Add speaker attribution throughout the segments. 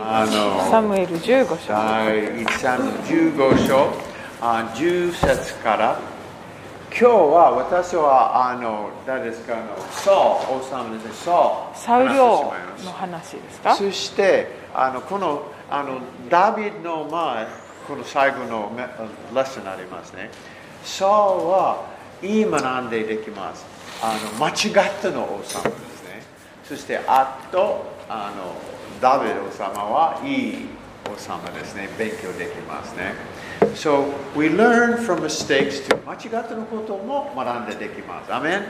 Speaker 1: あの
Speaker 2: サムエル15章
Speaker 1: 第一三15章あ10節から今日は私はあの誰ですかあのそう王様ですねそう
Speaker 2: サウリョ
Speaker 1: 話してし
Speaker 2: の
Speaker 1: まい
Speaker 2: 話です
Speaker 1: ま
Speaker 2: か
Speaker 1: すそしてあのこのあのダビデの前この最後のめレッスンありますねそうはいい学んでできますあの間違ったの王様ですねそしてあとあのダビデ王様はいい王様ですね勉強できますね So we learn from mistakes to 間違ったのことも学んでできます。アメン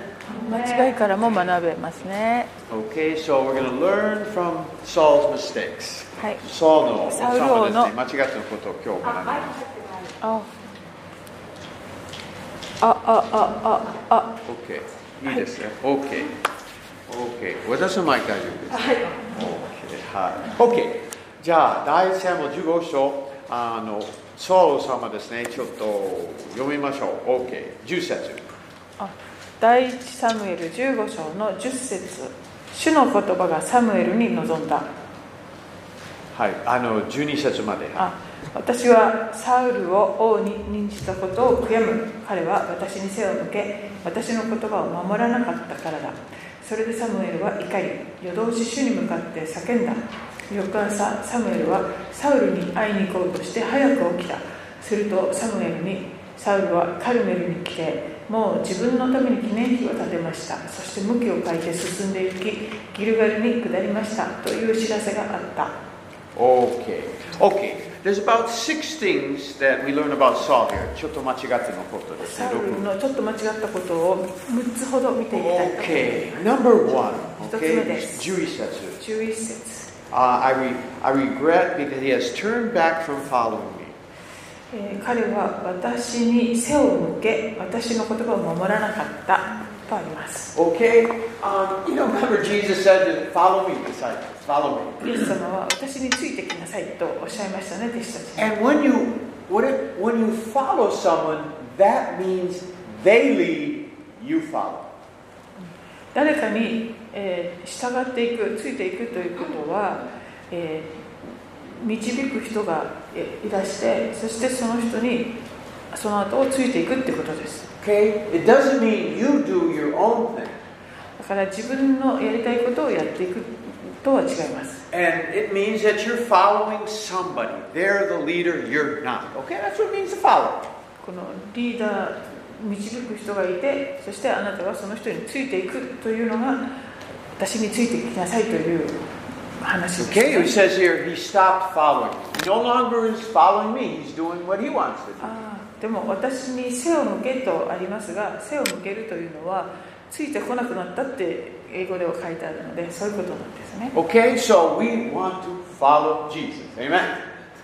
Speaker 2: 間違いからも学べますね
Speaker 1: Okay, so we're going to learn from Saul's mistakes.
Speaker 2: はい
Speaker 1: Saul の
Speaker 2: サウル王の
Speaker 1: 王様ですね間違ったことを今日学びます。
Speaker 2: ああああああ
Speaker 1: OK。いいですね。OK。OK。私の前大丈夫です。はい。OK。はい。OK。じゃあ、第1戦も15章、あの、ソウル様ですね、ちょっと読みましょう。OK。10節。
Speaker 2: あ第一サムエル15章の10節主の言葉がサムエルに臨んだ
Speaker 1: はい。あの、12節まで。
Speaker 2: あ私はサウルを王に任じたことを悔やむ彼は私に背を向け私の言葉を守らなかったからだそれでサムエルは怒り夜通し主に向かって叫んだ翌朝サムエルはサウルに会いに行こうとして早く起きたするとサムエルにサウルはカルメルに来てもう自分のために記念碑を建てましたそして向きを変えて進んでいきギルガルに下りましたという知らせがあった
Speaker 1: Okay. Okay. There's about six things that we learn about Saul here. ちょっと間違ってのことですね
Speaker 2: サ。ウルのちょっと間違ったことを6つほど見ていきたいと思い
Speaker 1: Okay. Number one.
Speaker 2: 一つ目
Speaker 1: Okay.
Speaker 2: です
Speaker 1: 11節
Speaker 2: ます。11節、
Speaker 1: Uh, I, re- I regret because he has turned back from following me.
Speaker 2: えー彼は私に背を向け私の言葉を守らなかったとあります
Speaker 1: Okay. Um, you know, remember Jesus said, to "Follow me, disciples. Follow me."
Speaker 2: イエス様は私についてきなさいとおっしゃいましたね弟子たちに
Speaker 1: And when you what if, when you follow someone, that means they lead, you follow.
Speaker 2: 誰かに、えー従っていくついていくということは、えー導く人がえーいらしてそしてその人にその後をついていくってことです
Speaker 1: Okay. It doesn't mean you do your own thing.
Speaker 2: だから自分のやりたいことをやっていくとは違います。
Speaker 1: And it means that you're following somebody. They're the leader, you're not. Okay, that's what it means to follow.
Speaker 2: このリーダー、導く人がいて、そしてあなたはその人についていくというのが、私についてきなさいという話です、
Speaker 1: Okay,
Speaker 2: ね。
Speaker 1: he says here he stopped following. He no longer is following me. He's doing what he wants to do.
Speaker 2: ああでも私に背を向けとありますが、背を向けるというのは、ついてこなくなったって英語では書いてあるので、そういうことなんですね。
Speaker 1: Okay, so we want to follow Jesus. Amen.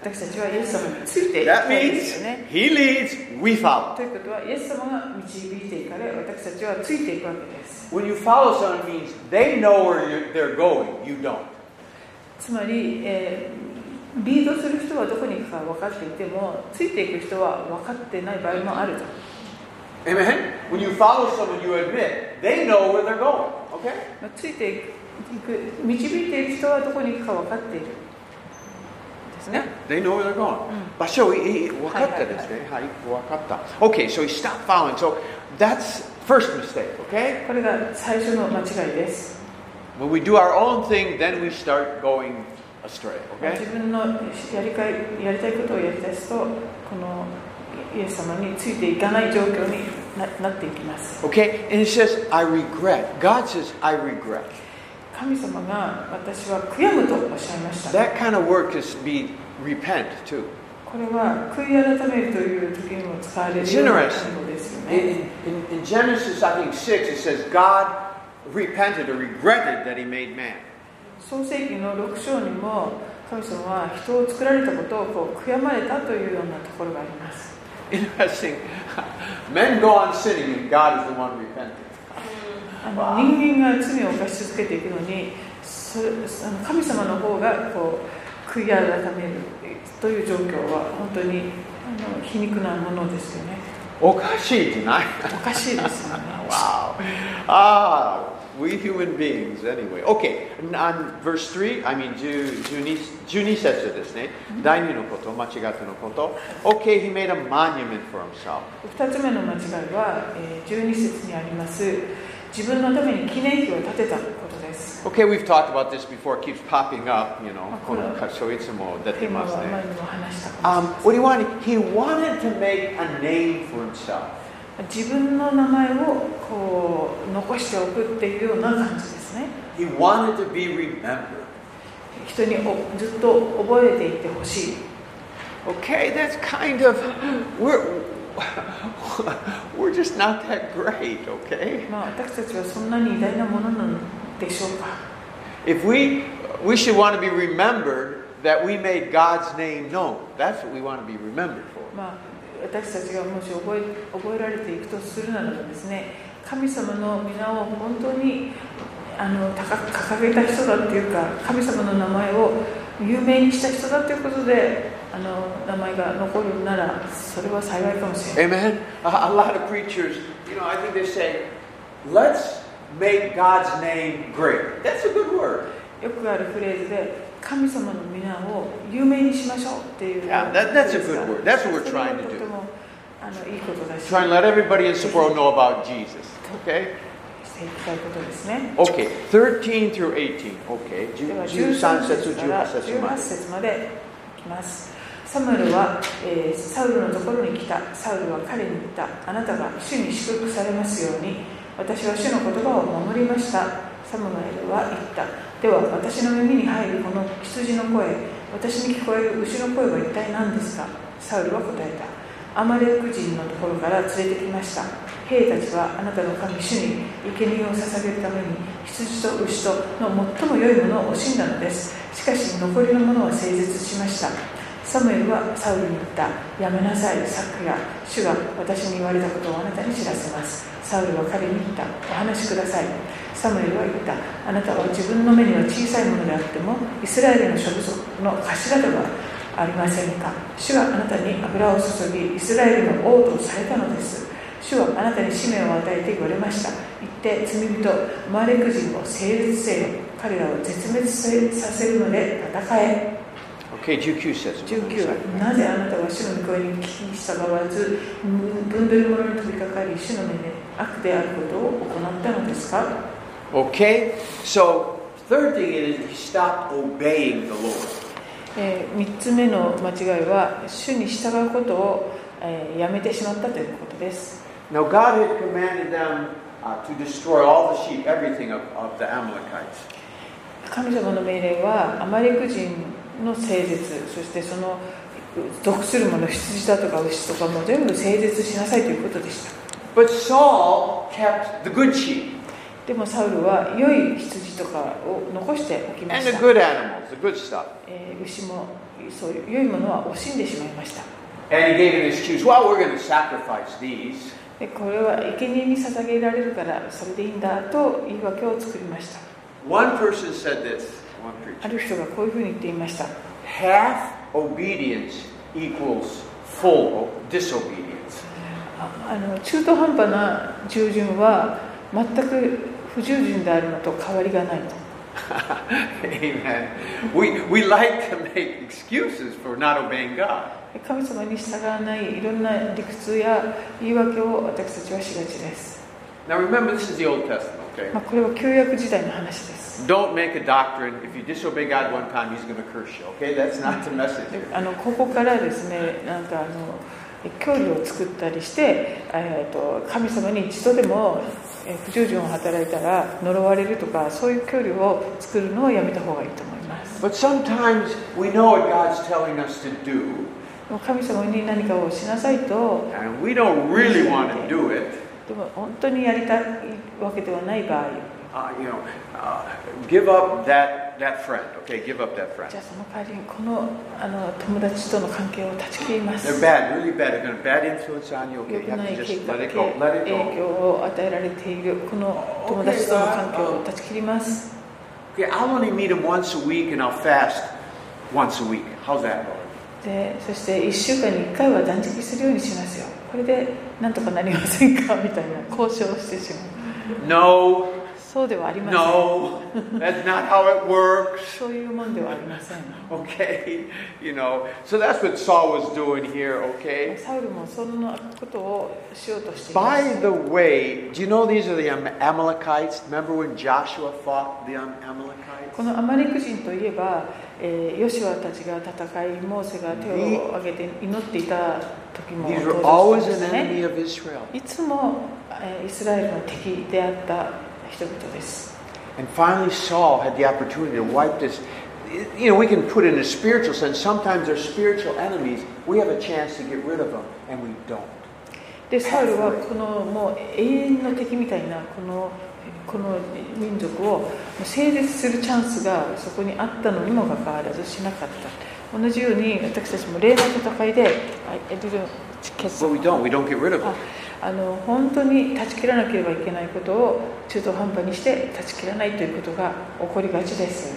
Speaker 2: 私たちはイエス様についていきた
Speaker 1: That
Speaker 2: いで
Speaker 1: means
Speaker 2: すよね。
Speaker 1: he leads, we follow.
Speaker 2: ということは、イエス様が導いていかれ、私たちはついていくわけです。
Speaker 1: When you follow someone, it means they know where you're, they're going. You don't.
Speaker 2: つまり、えーリードする人はどこに行くか分かっていてもついていく人は分かってない場合もあると
Speaker 1: Amen. When you follow someone, you admit they know where they're going. Okay.
Speaker 2: まあついていく導いている人はどこに行くか分かっているですね
Speaker 1: They know where they're going. 場所をいい分かったですね。はい、分かった。Okay, so he stopped following. So that's first mistake, okay?
Speaker 2: これが最初の間違いです、
Speaker 1: When we do our own thing, then we start going astray,
Speaker 2: 自
Speaker 1: okay?
Speaker 2: 分のやりかいやりたいことをやりだすとこのイエス様についていかない状況にななっていきます
Speaker 1: Okay, and he says, I regret. God says, I regret.
Speaker 2: 神様が私は悔やむとおっしゃいました
Speaker 1: That kind of work is be repent too.
Speaker 2: これは悔い改めるという時にも使われるような単語ですよ
Speaker 1: In,
Speaker 2: ね。
Speaker 1: in- in Genesis, I think 6, it says, God repented or regretted that he made man.
Speaker 2: 創世紀の6章にも神様は人を作られたことをこう悔やまれたというようなところがあります。
Speaker 1: Interesting. Men go on sinning, and God is the one repenting.
Speaker 2: あの人間が罪を犯し続けていくのにそあの神様の方がこう悔い改めるという状況は本当にあの皮肉なものですよね。
Speaker 1: Oh, おかしいじゃない
Speaker 2: おかしいですよね。
Speaker 1: Wow. Ah, We human beings, anyway. Okay, on verse 3, I mean 10 12, 12節ですね。第二のこと、間違ってのこと。Okay, he made a monument for himself.
Speaker 2: 2つ目の間違いは、えー12節にあります自分のために記念碑を建てたことです
Speaker 1: Okay, we've talked about this before. It keeps popping up, you know.
Speaker 2: あ、これ。
Speaker 1: この箇所いつも出て
Speaker 2: テーマ
Speaker 1: ます
Speaker 2: は前
Speaker 1: ね。
Speaker 2: にも話したか
Speaker 1: Um,
Speaker 2: もし
Speaker 1: what
Speaker 2: れ
Speaker 1: he
Speaker 2: ません
Speaker 1: wanted? He wanted to make a name for himself.
Speaker 2: 自分の名前をこう残しておくっていうような感じですね
Speaker 1: He wanted to be remembered.
Speaker 2: 人におずっと覚えていてほしい
Speaker 1: Okay, that's kind of we're we're just not that great, okay?
Speaker 2: まあ私たちはそんなに偉大なものなのでしょうか
Speaker 1: If we we should want to be remembered that we made God's name known. That's what we want to be remembered for.
Speaker 2: まあ私たちがもし覚え覚えられていくとするならばですね神様の皆を本当にあの高く掲げた人だっていうか神様の名前を有名にした人だということであの名前が残るならそれは幸いかもしれない
Speaker 1: Amen. A, a lot of preachers, you know, I think they say, "Let's make God's name great." That's a good word.
Speaker 2: よくあるフレーズで神様の皆を有名にしましょうっていう
Speaker 1: Yeah, that- that's a good word. That's what we're
Speaker 2: それは
Speaker 1: trying to do.
Speaker 2: とてもあのいいことだし
Speaker 1: Try and let everybody in Sapporo know about Jesus. Okay.
Speaker 2: していきたいことですね
Speaker 1: Okay. Thirteen through eighteen. Okay.
Speaker 2: では
Speaker 1: 13
Speaker 2: 13
Speaker 1: 節
Speaker 2: 節から
Speaker 1: 18節まで
Speaker 2: 18節までいきますサムエルは、えーサウルのところに来たサウルは彼に言ったあなたが主に祝福されますように私は主の言葉を守りましたサムエルは言ったでは私の耳に入るこの羊の声私に聞こえる牛の声は一体何ですかサウルは答えたアマレク人のところから連れてきました兵たちはあなたの神主に生贄を捧げるために羊と牛との最も良いものを惜しんだのですしかし残りのものは成絶しましたサムエルはサウルに言ったやめなさい昨夜主が私に言われたことをあなたに知らせますサウルは彼に言ったお話しくださいサムエルは言ったあなたは自分の目には小さいものであってもイスラエルの諸部族の頭ではありませんか主はあなたに油を注ぎイスラエルの王とされたのです主はあなたに使命を与えて言われました言って罪人マーレク人を成立せよ彼らを絶滅させるので戦え
Speaker 1: Okay, 19節ごめん
Speaker 2: 19
Speaker 1: なさい
Speaker 2: なぜあなたは主の御声に聞き従わず分取り者に飛びかかり主の目で悪であることを行ったのですか
Speaker 1: Okay, so third thing is he stopped obeying the Lord.
Speaker 2: えー、3つ目の間違いは主に従うことを、えーやめてしまったということです
Speaker 1: Now God had commanded them uh, to destroy all the sheep, everything of, of the Amalekites.
Speaker 2: 神様の命令はアマレク人の聖絶そしてその属するもの羊だとか牛とかも全部聖絶しなさいということでした
Speaker 1: But Saul kept the good sheep
Speaker 2: でもサウルは良い羊とかを残しておきま
Speaker 1: and
Speaker 2: し
Speaker 1: the
Speaker 2: た、
Speaker 1: good animals, the good stuff.
Speaker 2: えー牛もそういう良いものは惜しんでしまいました
Speaker 1: And he gave an excuse, well, we're going to sacrifice these.
Speaker 2: でこれは生贄に捧げられるからそれでいいんだと言い訳を作りました
Speaker 1: One person said this, one
Speaker 2: あ
Speaker 1: preacher,
Speaker 2: る人がこういうふうに言っていました
Speaker 1: half obedience equals full disobedience.
Speaker 2: ああの中途半端な従順は全く不従順であるのと変わりがないと
Speaker 1: Amen. We, we like to make excuses for not obeying God.
Speaker 2: 神様に従わないいろんな理屈や言い訳を私たちはしがちです、
Speaker 1: Now remember, this is the Old Testament, okay?
Speaker 2: まあ、これは旧約時代の話です
Speaker 1: Don't make a doctrine. If you disobey God one time, He's going to curse you, okay? That's not the message
Speaker 2: で
Speaker 1: here.
Speaker 2: あのここからですねなんかあの教理を作ったりして、えー、と神様に一度でもえー不従順を働いたら呪われるとかそういう教理を作るのをやめた方がいいと思います
Speaker 1: But sometimes we know what God's telling us to do,
Speaker 2: でも神様に何かをしなさいと
Speaker 1: and we don't really want to do it.
Speaker 2: でも本当にやりたいわけではない場合
Speaker 1: Uh, you know, uh, give up that, that friend, okay? Give up that friend.
Speaker 2: じゃあその代わりにこのあの友達との関係を断ち切ります
Speaker 1: They're bad, really bad. They're going to have bad influence on you,
Speaker 2: 良
Speaker 1: okay? You
Speaker 2: くな
Speaker 1: have
Speaker 2: い
Speaker 1: to
Speaker 2: 結
Speaker 1: just
Speaker 2: 果
Speaker 1: let
Speaker 2: 影
Speaker 1: it go, let it go.
Speaker 2: 響を与えられているこの友達との関係を断ち切ります
Speaker 1: Okay, I'll only meet him once a week, and I'll fast once a week. How's that, Lord?
Speaker 2: でそして1週間に1回は断食するようにしますよこれでなんとかなりませんかみたいな交渉をしてしまう
Speaker 1: No,
Speaker 2: そうではありません
Speaker 1: No, that's not how it works.
Speaker 2: そういうもんではありません
Speaker 1: Okay, you know. So that's what Saul was doing here, okay?
Speaker 2: サウルもそんなことをしようとしています
Speaker 1: By the way, do you know these are the Am- Amalekites? Remember when Joshua fought the Am-
Speaker 2: こ
Speaker 1: Amalekites?
Speaker 2: のアマレク人といえば、えーヨシュアたちが戦いモーセが手を挙げて祈っていた時も
Speaker 1: These
Speaker 2: 登
Speaker 1: were
Speaker 2: 場して
Speaker 1: always
Speaker 2: ま
Speaker 1: an
Speaker 2: すね
Speaker 1: enemy of Israel.
Speaker 2: いつも、えーイスラエルの敵であった人々です
Speaker 1: And finally, Saul had the opportunity to wipe this. You know, we can put in a spiritual sense. Sometimes they're spiritual enemies. We have a chance to get rid of them, and we don't.
Speaker 2: でサウルはこのもう永遠の敵みたいなこのこの民族をもう整列するチャンスがそこにあったのにもかかわらずしなかった同じように私たちも霊の戦いであエビル決
Speaker 1: But
Speaker 2: 断
Speaker 1: we don't. We don't get rid of them.
Speaker 2: あの本当に断ち切らなければいけないことを中途半端にして断ち切らないということが起こりがちです。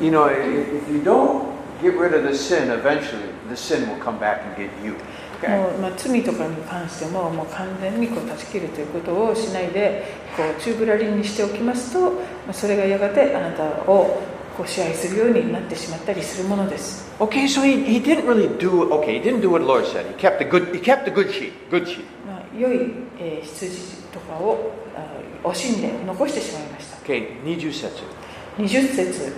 Speaker 1: You know, i- if you don't get rid of the sin, eventually the sin will come back and get you.
Speaker 2: もうまあ、罪とかに関してももう完全にこう断ち切るということをしないでこう宙ぶらりんにしておきますとまあそれがやがてあなたをこう支配するようになってしまったりするものです。
Speaker 1: Okay, so he, he didn't really do okay. He didn't do what the Lord said. He kept the good. He kept the good sheep. Good sheep.
Speaker 2: まあ、良い、えー羊とかをあ惜しんで残してしまいました。
Speaker 1: Okay, Niju setsu.
Speaker 2: 20節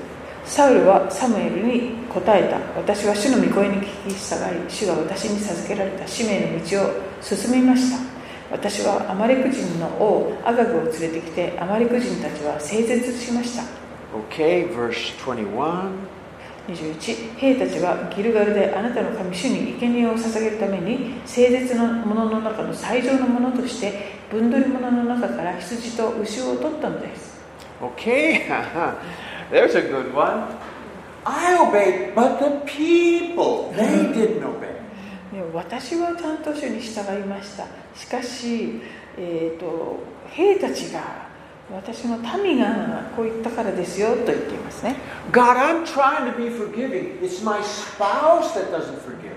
Speaker 2: サウルはサムエルに答えた私は主の御声に聞き従い主が私に授けられた使命の道を進みました私はアマレク人の王アガグを連れてきてアマレク人たちは整絶しました
Speaker 1: Okay, verse twenty-one.
Speaker 2: 21兵たちはギルガルであなたの神主に生贄を捧げるために聖絶のものの中の最上のものとして分取り物の中から羊と牛を取ったのです
Speaker 1: Okay, there's a good one. I obeyed, but the people they didn't obey.
Speaker 2: ね私はちゃんと主に従いましたしかし、えー、と兵たちが私の民がこう言ったからですよと言っていますね
Speaker 1: God, I'm trying to be forgiving. It's my spouse that doesn't forgive.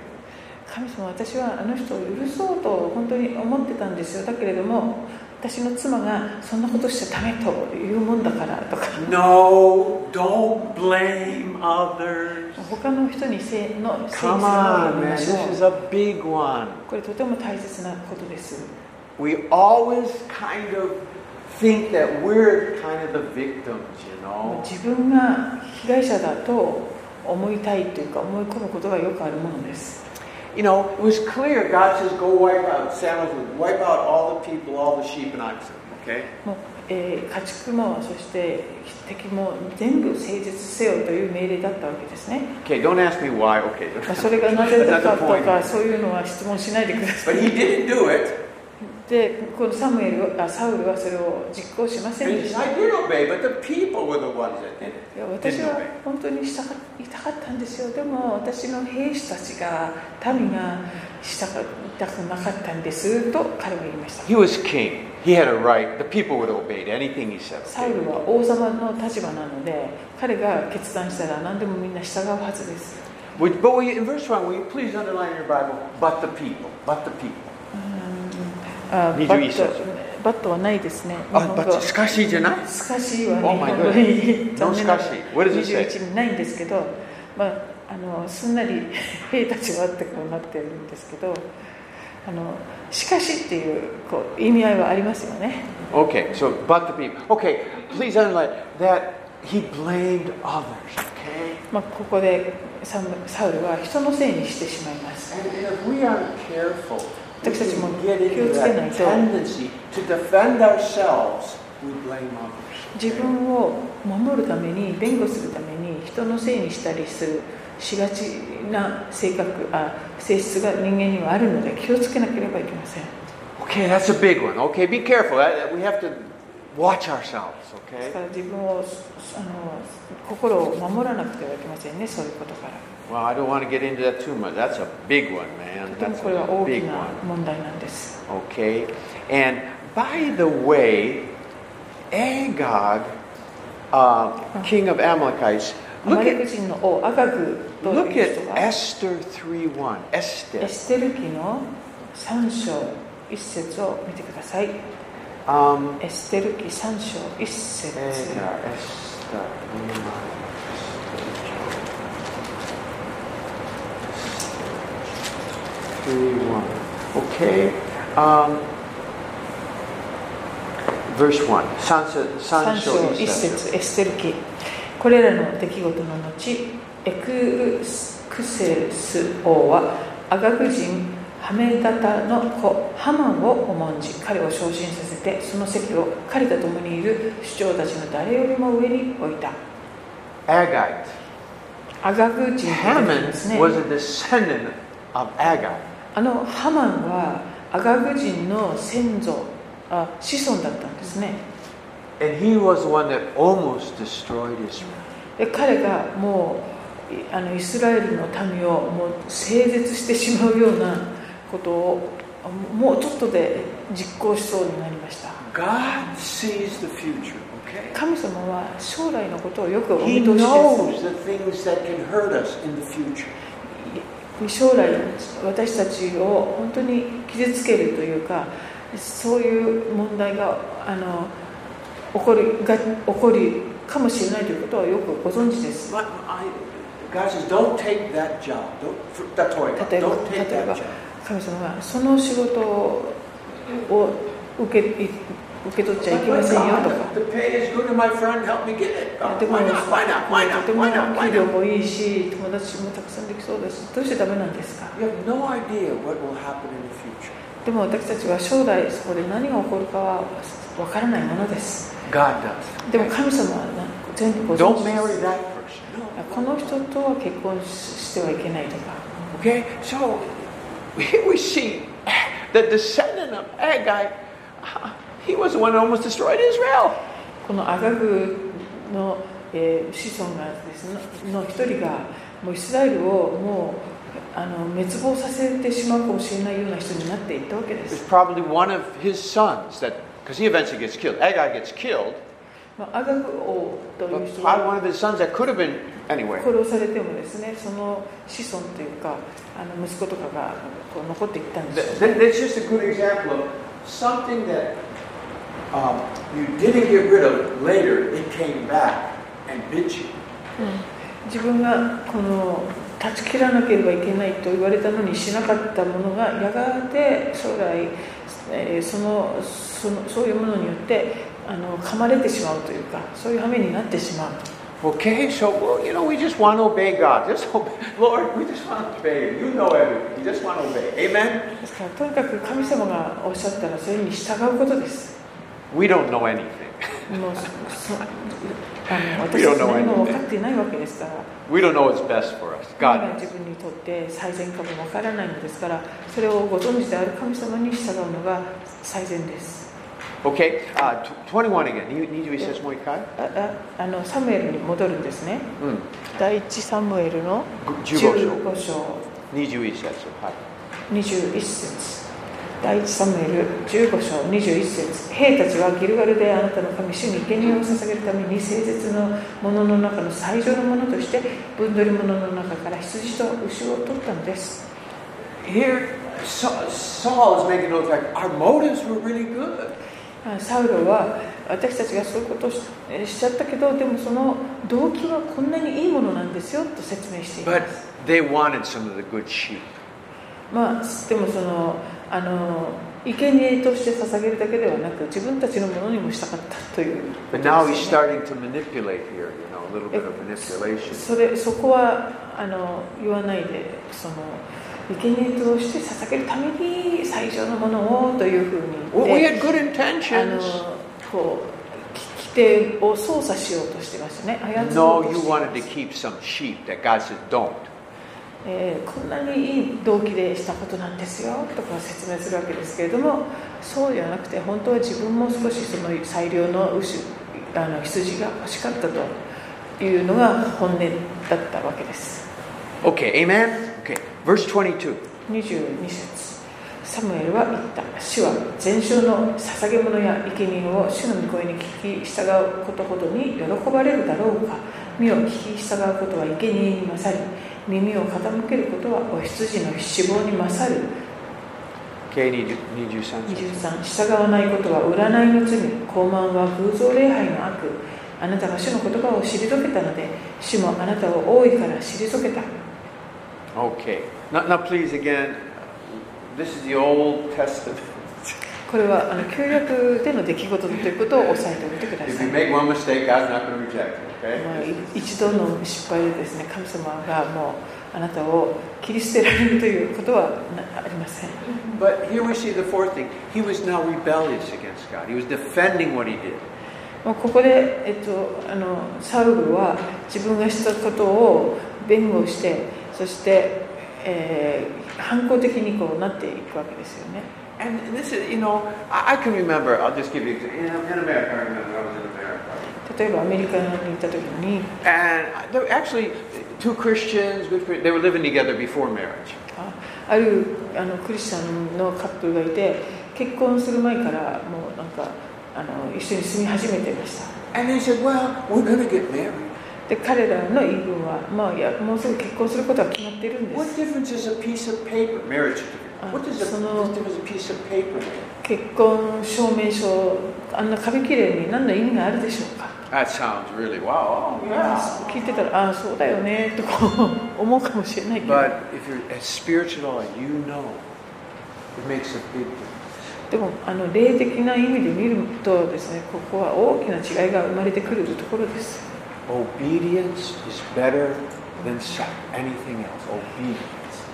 Speaker 2: 神様私はあの人を許そうと本当に思ってたんですよだけれども私の妻がそんなことしちゃダメというもんだからとか
Speaker 1: No, don't blame others.
Speaker 2: 他の人にせいのせいにする
Speaker 1: Come
Speaker 2: のはや
Speaker 1: on,
Speaker 2: め
Speaker 1: man.
Speaker 2: まし
Speaker 1: This
Speaker 2: ょ
Speaker 1: is
Speaker 2: う
Speaker 1: a big one.
Speaker 2: これとても大切なことです
Speaker 1: We always kind of think that we're kind of the victims, you know.
Speaker 2: 自分が被害者だと思いたいというか思い込むことがよくあるものです
Speaker 1: You know, it was clear God says, go wipe out, Samuel says, wipe out all the people, all the sheep and oxen, okay?
Speaker 2: もうえー家畜もそして敵も全部誠実せよという命令だったわけですね、
Speaker 1: Okay, don't ask me why, okay.
Speaker 2: まあ、それがなぜだか
Speaker 1: That's the
Speaker 2: と
Speaker 1: point.
Speaker 2: かそういうのは質問しないでくださ
Speaker 1: But
Speaker 2: い
Speaker 1: he didn't do it.
Speaker 2: でこのサムエルはあサウルはそれを実行しませ
Speaker 1: And
Speaker 2: ん
Speaker 1: he
Speaker 2: でし
Speaker 1: says,
Speaker 2: たい
Speaker 1: I did obey, but the people were the ones that did it.
Speaker 2: や私は本当に従いたかったんですよでも私の兵士たちが民が従いたくなかったんですと彼は言いました
Speaker 1: He was king. He had a right. The people would have obeyed anything he said.
Speaker 2: サウルは王様の立場なので彼が決断したら何でもみんな従うはずです
Speaker 1: Would- But we, in verse 1, will you please underline in your Bible, but the people, but the people.
Speaker 2: あ
Speaker 1: 21
Speaker 2: バッ
Speaker 1: 節
Speaker 2: トバットはないですね。日
Speaker 1: あ、
Speaker 2: 本
Speaker 1: バ
Speaker 2: 語
Speaker 1: ッチ、しかしじゃない
Speaker 2: スカシーは
Speaker 1: Oh my
Speaker 2: 日本語に
Speaker 1: goodness.
Speaker 2: 残
Speaker 1: No
Speaker 2: 念
Speaker 1: し
Speaker 2: な
Speaker 1: か
Speaker 2: が
Speaker 1: し
Speaker 2: ら
Speaker 1: What does it say?
Speaker 2: 21にないんですけど、まあ、あのすんなり兵たちはってこうなってるんですけどあのしかしっていうこう意味合いはありますよね
Speaker 1: Okay, so but the people. Okay, please underline that he blamed others. Okay.
Speaker 2: まあ、ここでサムサウルは人のせいにしてしまいます
Speaker 1: And if we aren't careful, we
Speaker 2: 私たちも
Speaker 1: can get
Speaker 2: 気を
Speaker 1: into that
Speaker 2: つけないと。
Speaker 1: tendency to defend ourselves. We blame others.
Speaker 2: 自分を守るために弁護するために人のせいにしたりするしがちな性格あ性質が人間にはあるので気をつけなければいけません
Speaker 1: Okay, that's a big one. Okay, be careful. That- that- we have to watch ourselves.
Speaker 2: だ
Speaker 1: Okay.
Speaker 2: から自分をすあの心を守らなくてはいけませんねそういうことから
Speaker 1: Well, I don't want to get into that too much. That's a big one, man.
Speaker 2: とても
Speaker 1: That's
Speaker 2: これは
Speaker 1: a
Speaker 2: 大き
Speaker 1: big
Speaker 2: な
Speaker 1: one.
Speaker 2: 問題なんです
Speaker 1: Okay? And by the way, Agag, uh, king of Amalekites,
Speaker 2: アマ
Speaker 1: look
Speaker 2: レ
Speaker 1: at
Speaker 2: ク人の王アガグと
Speaker 1: look
Speaker 2: い
Speaker 1: at
Speaker 2: う人が
Speaker 1: Esther 3:1.
Speaker 2: エ
Speaker 1: Esther.
Speaker 2: ステル記の3章1節を見てください
Speaker 1: Um,
Speaker 2: エステル記3章1節
Speaker 1: Eikä estä ilmaista. Three, one. Okay. Um, verse one. Sancho,
Speaker 2: 3
Speaker 1: Sancho
Speaker 2: 章1節エステル記これらの出来事の後エククセス王はアガグ人ハメダタの子ハマンを重んじ彼を昇進させてその席を彼と共にいる首長たちの誰よりも上に置いた
Speaker 1: Agite.
Speaker 2: アガグ人という人
Speaker 1: Haman
Speaker 2: ですね
Speaker 1: was a descendant of Agite.
Speaker 2: あのハマンはアガグ人の先祖あ子孫だったんですね
Speaker 1: And he was the one that almost destroyed Israel.
Speaker 2: で彼がもういあのイスラエルの民をもう整絶してしまうようなことをもうちょっとで実行しそうになりました
Speaker 1: God sees the future, okay?
Speaker 2: 神様は将来のことをよくお
Speaker 1: He
Speaker 2: 見通しで
Speaker 1: knows the things that can hurt us in the future.
Speaker 2: す将来私たちを本当に傷つけるというかそういう問題があの起こりが起こりかもしれないということはよくご存知です
Speaker 1: My- I- God says, don't take that job. Don't, for- that's all right.
Speaker 2: 例えば
Speaker 1: Don't take
Speaker 2: 例え
Speaker 1: that
Speaker 2: ば
Speaker 1: job.
Speaker 2: 神様はその仕事を受けい受け取っちゃいけ
Speaker 1: But
Speaker 2: ま
Speaker 1: my
Speaker 2: せんよと
Speaker 1: God,
Speaker 2: か
Speaker 1: the pay is good, and my friend helped me get it.
Speaker 2: と
Speaker 1: Oh,
Speaker 2: ても
Speaker 1: why not? Why not? Why
Speaker 2: とて
Speaker 1: not?
Speaker 2: も
Speaker 1: Why not? Why
Speaker 2: 給料
Speaker 1: not?
Speaker 2: もいいし友達もたくさんできそうだしどうしてダメなんですか
Speaker 1: You have no idea what will happen in the future.
Speaker 2: でも私たちは将来そこで何が起こるかはわからないものです
Speaker 1: God does.
Speaker 2: でも神様はな全部ご存
Speaker 1: Don't
Speaker 2: 知で
Speaker 1: marry
Speaker 2: す
Speaker 1: that person. No.
Speaker 2: この人とは結婚ししてはいけないとか
Speaker 1: Okay, so here we see the descendant of Agag. He was the one that almost destroyed Israel.
Speaker 2: このアガグの、えー子孫がですねの一人がもうイスラエルをもうあの滅亡させてしまうかもしれないような人になっていったわけで
Speaker 1: It's
Speaker 2: す、
Speaker 1: probably one of his sons that, because he eventually gets killed. Agag gets killed,
Speaker 2: まあ、アガグ王と
Speaker 1: but
Speaker 2: いう人
Speaker 1: probably
Speaker 2: が
Speaker 1: one of his sons that could have been anyway.
Speaker 2: 殺されてもですねその子孫というかあの息子とかがこう残っていったんで
Speaker 1: Th-
Speaker 2: す
Speaker 1: th- That's just a good example of something that um, you didn't get rid of later. It came back and bit you.
Speaker 2: 自分がこの断ち切らなければいけないと言われたのにしなかったものがやがて将来、えーそのそのそういうものによってあの噛まれてしまうというかそういう羽目になってしまう
Speaker 1: Okay, so well, you know, we just want to obey God. Just obey, Lord, we just want to obey you. You know everything. We just want to obey. Amen.
Speaker 2: ですからとにかく神様がおっしゃったらそれに従うことです
Speaker 1: We don't know anything.
Speaker 2: もうそそあの
Speaker 1: We
Speaker 2: 私
Speaker 1: don't
Speaker 2: たち
Speaker 1: know
Speaker 2: 何も
Speaker 1: anything.
Speaker 2: 分かっていないわけですから
Speaker 1: We don't know what's best for us.
Speaker 2: 何が
Speaker 1: God.
Speaker 2: 自分にとって最善かも分からないのですからそれをご存知である神様に従うのが最善です
Speaker 1: Okay, uh, tw- 21 again. You need to be says more kai?
Speaker 2: あああのサムエルに戻るんですね
Speaker 1: Mm.
Speaker 2: 第一サムエルの
Speaker 1: 15章。
Speaker 2: 15章
Speaker 1: 21節。はい。
Speaker 2: 21節第一サムエル15章21節兵たちはギルガルであなたの神主に生贄を捧げるために聖絶のものの中の最上のものとして分取り物の中から羊と牛を取ったのです
Speaker 1: Here, Sa- Saul is making notes like our motives were really good.
Speaker 2: あサウロは私たちがそういうことをしえしちゃったけどでもその動機はこんなにいいものなんですよと説明していま
Speaker 1: But
Speaker 2: す
Speaker 1: they wanted some of the good sheep.
Speaker 2: まあ、でもそのあの生贄として捧げるだけではなく自分たちのものにもしたかったという
Speaker 1: But now he's starting to manipulate here, you know, a little bit of manipulation.
Speaker 2: それそこはあの言わないでその生贄として捧げるために最上のものをというふうに
Speaker 1: We
Speaker 2: 言
Speaker 1: we
Speaker 2: って
Speaker 1: had good
Speaker 2: あ
Speaker 1: intentions.
Speaker 2: のこうき規定を操作しようとしてましたね操ろ
Speaker 1: No,
Speaker 2: うと
Speaker 1: you
Speaker 2: しています
Speaker 1: wanted to keep some sheep that God said don't.
Speaker 2: えーこんなにいい動機でしたことなんですよとか説明するわけですけれどもそうじゃなくて本当は自分も少しその最良の牛あの羊が欲しかったというのが本音だったわけです
Speaker 1: Okay, amen? Okay, verse 22.
Speaker 2: 22節サムエルは言った主は全焼の捧げ物や生贄を主の御声に聞き従うことほどに喜ばれるだろうか身を聞き従うことは生贄に勝り耳を傾けることはお羊の脂肪に勝る
Speaker 1: K23
Speaker 2: 23従わないことは占いの罪傲慢は偶像礼拝の悪あなたが主の言葉を退けたので主もあなたを大いから退けた
Speaker 1: Okay. Now, now, please, again, this is the Old Testament.
Speaker 2: これはあの旧約での出来事ということを押さえておいてくだ
Speaker 1: If
Speaker 2: さ
Speaker 1: you
Speaker 2: い、
Speaker 1: make one mistake, God's not going to reject it,
Speaker 2: まあ
Speaker 1: okay?
Speaker 2: い一度の失敗でですね神様がもうあなたを切り捨てられるということはなありません
Speaker 1: But here we see the fourth thing. He was now rebellious against God. He was defending what he did.
Speaker 2: もうここで、えっと、あのサウルは自分がしたことを弁護してそして、えー反抗的にこうなっていくわけですよね
Speaker 1: And this is, you know, I, I can remember, I'll just give you, an example. in America, I remember I was in America.
Speaker 2: 例えばアメリカに行った時に
Speaker 1: And there were actually two Christians, good Christians, they were living together before marriage.
Speaker 2: ああるあのクリスチャンのカップルがいて結婚する前からもうなんかあの一緒に住み始めてました
Speaker 1: And they said, well, we're going to get married.
Speaker 2: で彼らの言い分は、まあ、いやもうすぐ結婚することは決まってるんで
Speaker 1: What
Speaker 2: す
Speaker 1: difference is a piece of paper? Marriage certificate. What does a,
Speaker 2: Uh,
Speaker 1: what difference a piece of paper make?
Speaker 2: 結婚証明書あんな紙切れに何の意味があるでしょうか
Speaker 1: That sounds really wow. Oh, yeah.
Speaker 2: 聞いてたらああそうだよねとこう思うかもしれないけど
Speaker 1: But if you're as spiritual as you know, it makes a big difference.
Speaker 2: でもあの霊的な意味で見るとですねここは大きな違いが生まれてくるところです
Speaker 1: Obedience is better than sac- anything else. Obedience.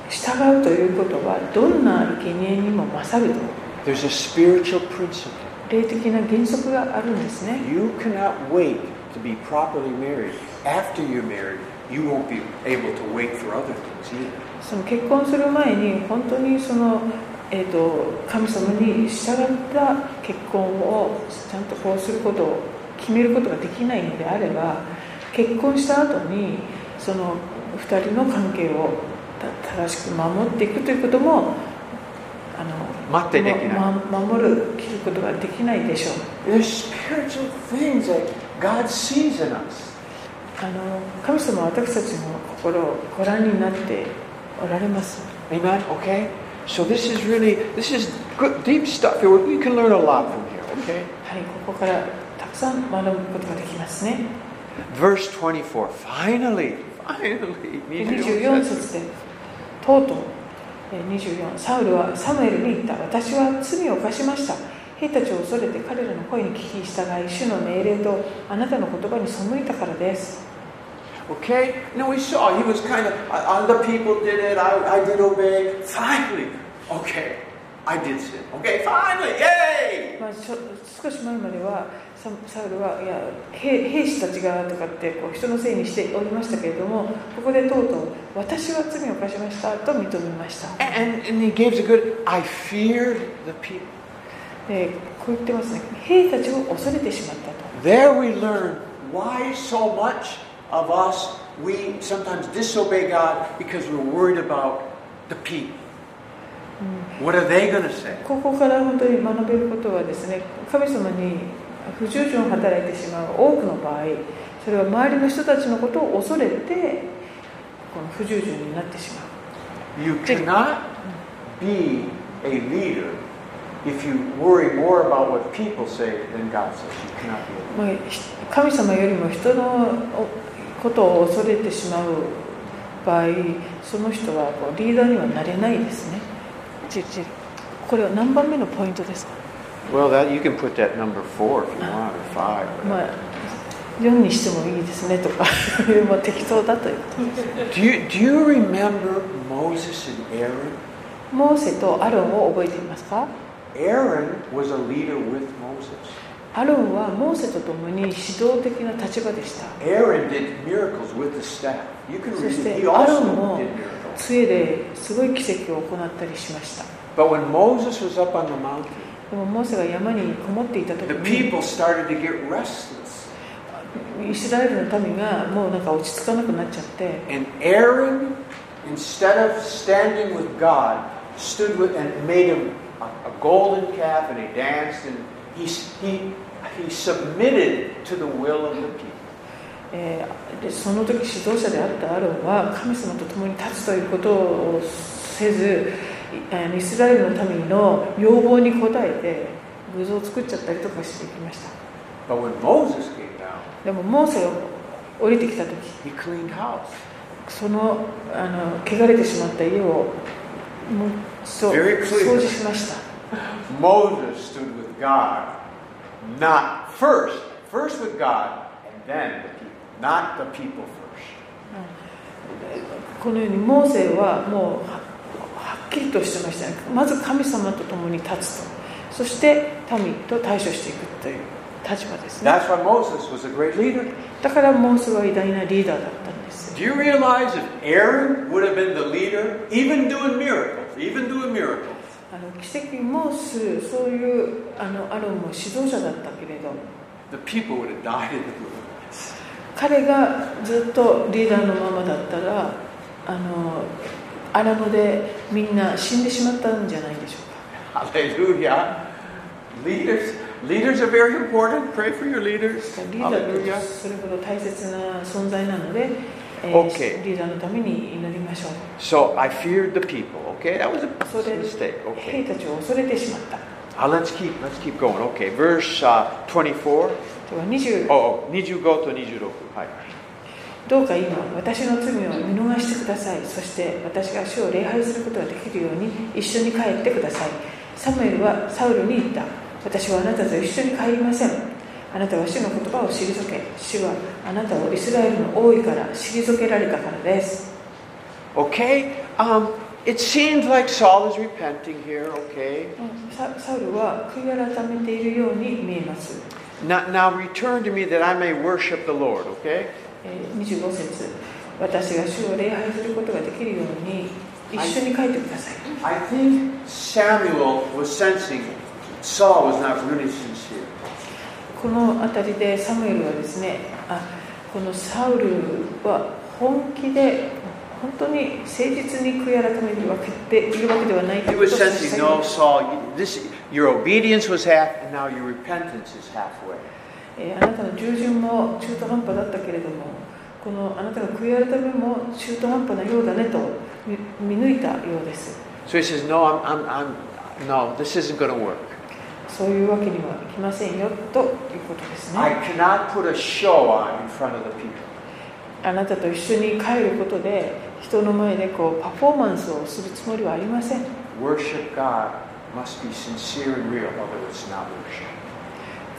Speaker 2: 従うということはどんな生贄にも勝ると
Speaker 1: There's a spiritual principle.
Speaker 2: 霊的な原則があるんですね
Speaker 1: You cannot wait to be properly married. After you're married, you won't be able to wait for other things either.
Speaker 2: その結婚する前に本当にその、えー、と神様に従った結婚をちゃんとこうすることを決めることができないのであれば結婚した後にその2人の関係をた正しく守っていくということもあの
Speaker 1: 待ってできない
Speaker 2: まま守る切ることができないでしょう
Speaker 1: There's spiritual things that God sees in us.
Speaker 2: あの神様は私たちの心をご覧になっておられます
Speaker 1: Amen? Okay? So this is really, this is good, deep stuff here. We can learn a lot from here, okay?
Speaker 2: はい、ここからたくさん学ぶことができますね。
Speaker 1: Verse 24. Finally, finally.
Speaker 2: 24節で、とうとう、えー24、サウルはサムエルに言った、私は罪を犯しました。兵たちを恐れて彼らの声に聞き従い、主の命令とあなたの言葉に背いたからです。
Speaker 1: Okay? Now we saw he was kind of, uh, other people did it, I, I did obey. Finally, okay, I did sin. Okay, finally, yay!
Speaker 2: まあ、ちょ少し前まではササウルはいや兵兵士たちがとかってこう人のせいにしておりましたけれどもここでとうとう私は罪を犯しましたと認めました
Speaker 1: And, and he gives a good, I feared the people.
Speaker 2: でこう言ってますね兵たちを恐れてしまったと
Speaker 1: There we learn why so much of us we sometimes disobey God because we're worried about the people. What are they going to say?
Speaker 2: ここから本当に学べることはですね神様に不従順を働いてしまう多くの場合それは周りの人たちのことを恐れてこの不従順になってしまう
Speaker 1: You cannot be a leader if you worry more about what people say than God says. You cannot be a leader.
Speaker 2: まあひ神様よりも人のおことを恐れてしまう場合その人はこうリーダーにはなれないですねちちこれは何番目のポイントですか、
Speaker 1: Well, that you can put that number four if you want, or five.
Speaker 2: まあ、4にしてもいいですねとか もう適当だということ
Speaker 1: Do you do you remember Moses and Aaron?
Speaker 2: モーセとアロンを覚えていますか
Speaker 1: Aaron was a leader with Moses.
Speaker 2: アロンはモーセと共に指導的な立場でした
Speaker 1: Aaron did miracles with the staff. You can read
Speaker 2: そして
Speaker 1: it. He
Speaker 2: ア
Speaker 1: also
Speaker 2: ロンも
Speaker 1: did miracles.
Speaker 2: 杖ですごい奇跡を行ったりしました
Speaker 1: But when Moses was up on the mountain,
Speaker 2: でもモーセが山にこもっていた時
Speaker 1: the
Speaker 2: に
Speaker 1: people started to get restless.
Speaker 2: イスラエルの民がもうなんか落ち着かなくなっちゃって
Speaker 1: And Aaron, instead of standing with God, stood with and made him a, a golden calf and he danced and he, he, he submitted to the will of the people.
Speaker 2: えーでその時指導者であったアロンは神様と共に立つということをせず、あのイスラエルの民の要望に応えて偶像を作っちゃったりとかしてきました
Speaker 1: But when Moses came down,
Speaker 2: でもモーセが降りてきた時
Speaker 1: he cleaned house.
Speaker 2: そのあの汚れてしまった家をもうそう
Speaker 1: Very clear.
Speaker 2: 掃除しました
Speaker 1: Moses stood with God, not first, first with God, and then the people, not the people first.
Speaker 2: このようにモーセはもうははっきりとしてましたねまず神様と共に立つとそして民と対処していくという立場ですね
Speaker 1: That's why Moses was a great leader.
Speaker 2: だからモーセは偉大なリーダーだったんです
Speaker 1: Do you realize if Aaron would have been the leader, even doing miracles, even doing miracles,
Speaker 2: あの奇跡もすそういうあのアロンも指導者だったけれど
Speaker 1: the people would have died in the wilderness.
Speaker 2: 彼がずっとリーダーのままだったらあの荒野でみんな死んでしまったんじゃないでしょう
Speaker 1: Hallelujah. Leaders, leaders are very important. Pray for your leaders.
Speaker 2: かリーダー
Speaker 1: Hallelujah.
Speaker 2: はそれほど大切な存在なので、えー
Speaker 1: Okay.
Speaker 2: リーダーのために祈りましょう
Speaker 1: So I feared the people. Okay, that was a
Speaker 2: それ
Speaker 1: mistake.
Speaker 2: 兵
Speaker 1: Okay.
Speaker 2: たちを恐れてしまった
Speaker 1: Uh, let's keep let's keep going. Okay, verse uh,
Speaker 2: で
Speaker 1: 24.
Speaker 2: は20
Speaker 1: Oh, oh, 25と26. Hi.
Speaker 2: どうか今、私の罪を見逃してください。そして私が主を礼拝することができるように一緒に帰ってください。サムエルはサウルに言った。私はあなたと一緒に帰りません。あなたは主の言葉を退け、主はあなたをイスラエルの王位から退けられたからです。
Speaker 1: Okay. Um, it seems like Saul is repenting here. Okay.
Speaker 2: ササウルは悔い改めているように見えます。
Speaker 1: Now, now return to me that I may worship the Lord. Okay.
Speaker 2: えー25節私が主を礼拝することができるように一緒に帰ってください。
Speaker 1: I think Samuel was sensing Saul was not really sincere.
Speaker 2: この辺りでサムエルはですねあこのサウルは本気で本当に誠実に悔い改めているわけでいるわけではないと
Speaker 1: He
Speaker 2: いうこ
Speaker 1: was
Speaker 2: とを差し
Speaker 1: sensing,
Speaker 2: 上げ
Speaker 1: no, Saul, you- this, your obedience was half, and now your repentance is halfway.
Speaker 2: えーあなたの従順も中途半端だったけれどもこのあなたの悔い改めも中途半端なようだねと見見抜いたようです
Speaker 1: So he says, no, I'm, I'm, I'm no, this isn't going to work.
Speaker 2: そういうわけにはいきませんよということですね
Speaker 1: I cannot put a show on in front of the people.
Speaker 2: あなたと一緒に帰ることで人の前でこうパフォーマンスをするつもりはありません
Speaker 1: Worship God must be sincere and real, although it's not worship.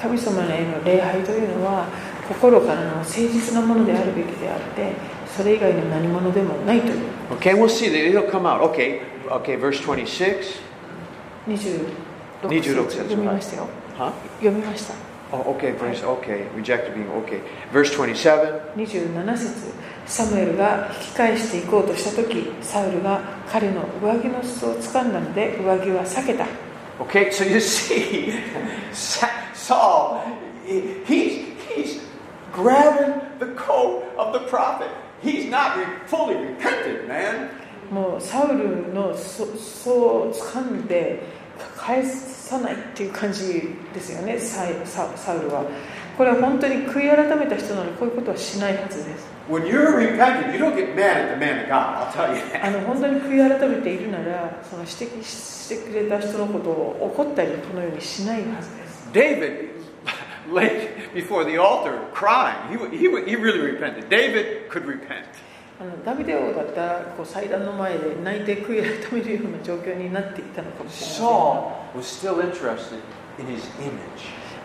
Speaker 2: 神様への礼拝というのは心からの誠実なものであるべきであってそれ以外の何者でもないという
Speaker 1: Okay, we'll see. It'll come out. Okay, okay, verse 26.
Speaker 2: 26
Speaker 1: 26
Speaker 2: 節読みましたよ
Speaker 1: Huh?
Speaker 2: 読みました
Speaker 1: Oh, okay, verse, okay, rejected being, okay. Verse 27.
Speaker 2: 27節サムエルが引き返していこうとした時サウルが彼の上着の裾を掴んだので上着は避けた
Speaker 1: Okay, so you see, Sa- Saul, he- he's, he's grabbing the coat of the prophet. He's not re- fully repentant, man.
Speaker 2: もうサウルの裾裾を掴んで返さないっていう感じですよねサイササウルはこれは本当に悔い改めた人ならこういうことはしないはずです
Speaker 1: When you're repentant, you don't get mad at the man of God, I'll tell you that.
Speaker 2: あの本当に悔い改めているならその指摘してくれた人のことを怒ったりこのようにしないはずです
Speaker 1: David, lay before the altar, crying. He, wa- he, wa- he really repented. David could repent.
Speaker 2: あのダビデ王だったらこう祭壇の前で泣いて悔い改めるような状況になっていたのかもしれない
Speaker 1: Saul was still interested in his image.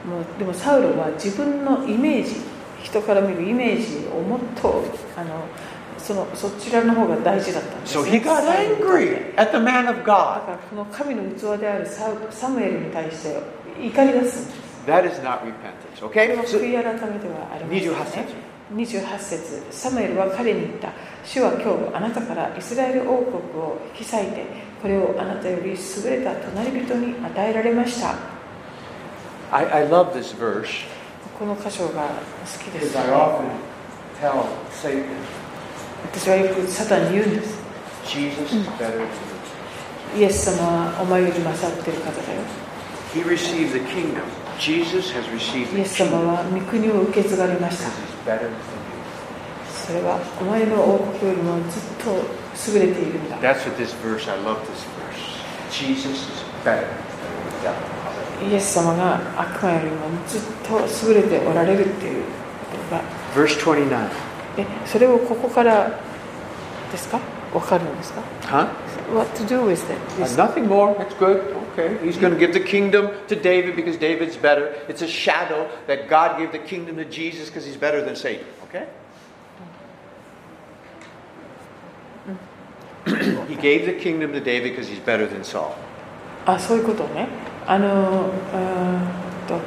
Speaker 2: もうでもサウルは自分のイメージ人から見るイメージをもっとあのそのそちらの方が大事だったんです
Speaker 1: So
Speaker 2: ね
Speaker 1: he got
Speaker 2: サウルにとって
Speaker 1: angry at the man
Speaker 2: だ
Speaker 1: of God.
Speaker 2: からこの神の器であるサウサムエルに対して怒り出すんです
Speaker 1: That is not repentance,
Speaker 2: これ
Speaker 1: okay?
Speaker 2: も
Speaker 1: So-
Speaker 2: 悔い改めではありませんね
Speaker 1: 28節
Speaker 2: 28節サムエルは彼に言った主は今日あなたからイスラエル王国を引き裂いてこれをあなたより優れた隣人に与えられました
Speaker 1: I, I love this verse
Speaker 2: この箇所が好きで
Speaker 1: because
Speaker 2: す
Speaker 1: I often tell Satan,
Speaker 2: 私はよくサタンに言うんです
Speaker 1: Jesus is better than you.
Speaker 2: イエス様はお前より勝っている方だよ。
Speaker 1: He received the kingdom. Jesus has received
Speaker 2: イ
Speaker 1: the
Speaker 2: エス様
Speaker 1: kingdom
Speaker 2: は御国を受け継がれました
Speaker 1: because。he's better than you.
Speaker 2: それはお前の王国よりもずっと優れているんだ。
Speaker 1: That's what this verse, I love this verse. Jesus is better than the devil.
Speaker 2: イエス様が悪魔よりもずっと優れておられるっていうことが
Speaker 1: Verse 29.
Speaker 2: えそれをここからですかわかるんですか
Speaker 1: Huh?
Speaker 2: ?What to do with
Speaker 1: Uh,
Speaker 2: that?
Speaker 1: nothing more. That's good. Okay. He's going to give the kingdom to David because David's better. It's a shadow that God gave the kingdom to Jesus because he's better than Satan. Okay? he gave the kingdom to David because he's better than Saul.
Speaker 2: あそういうことねあのうーんと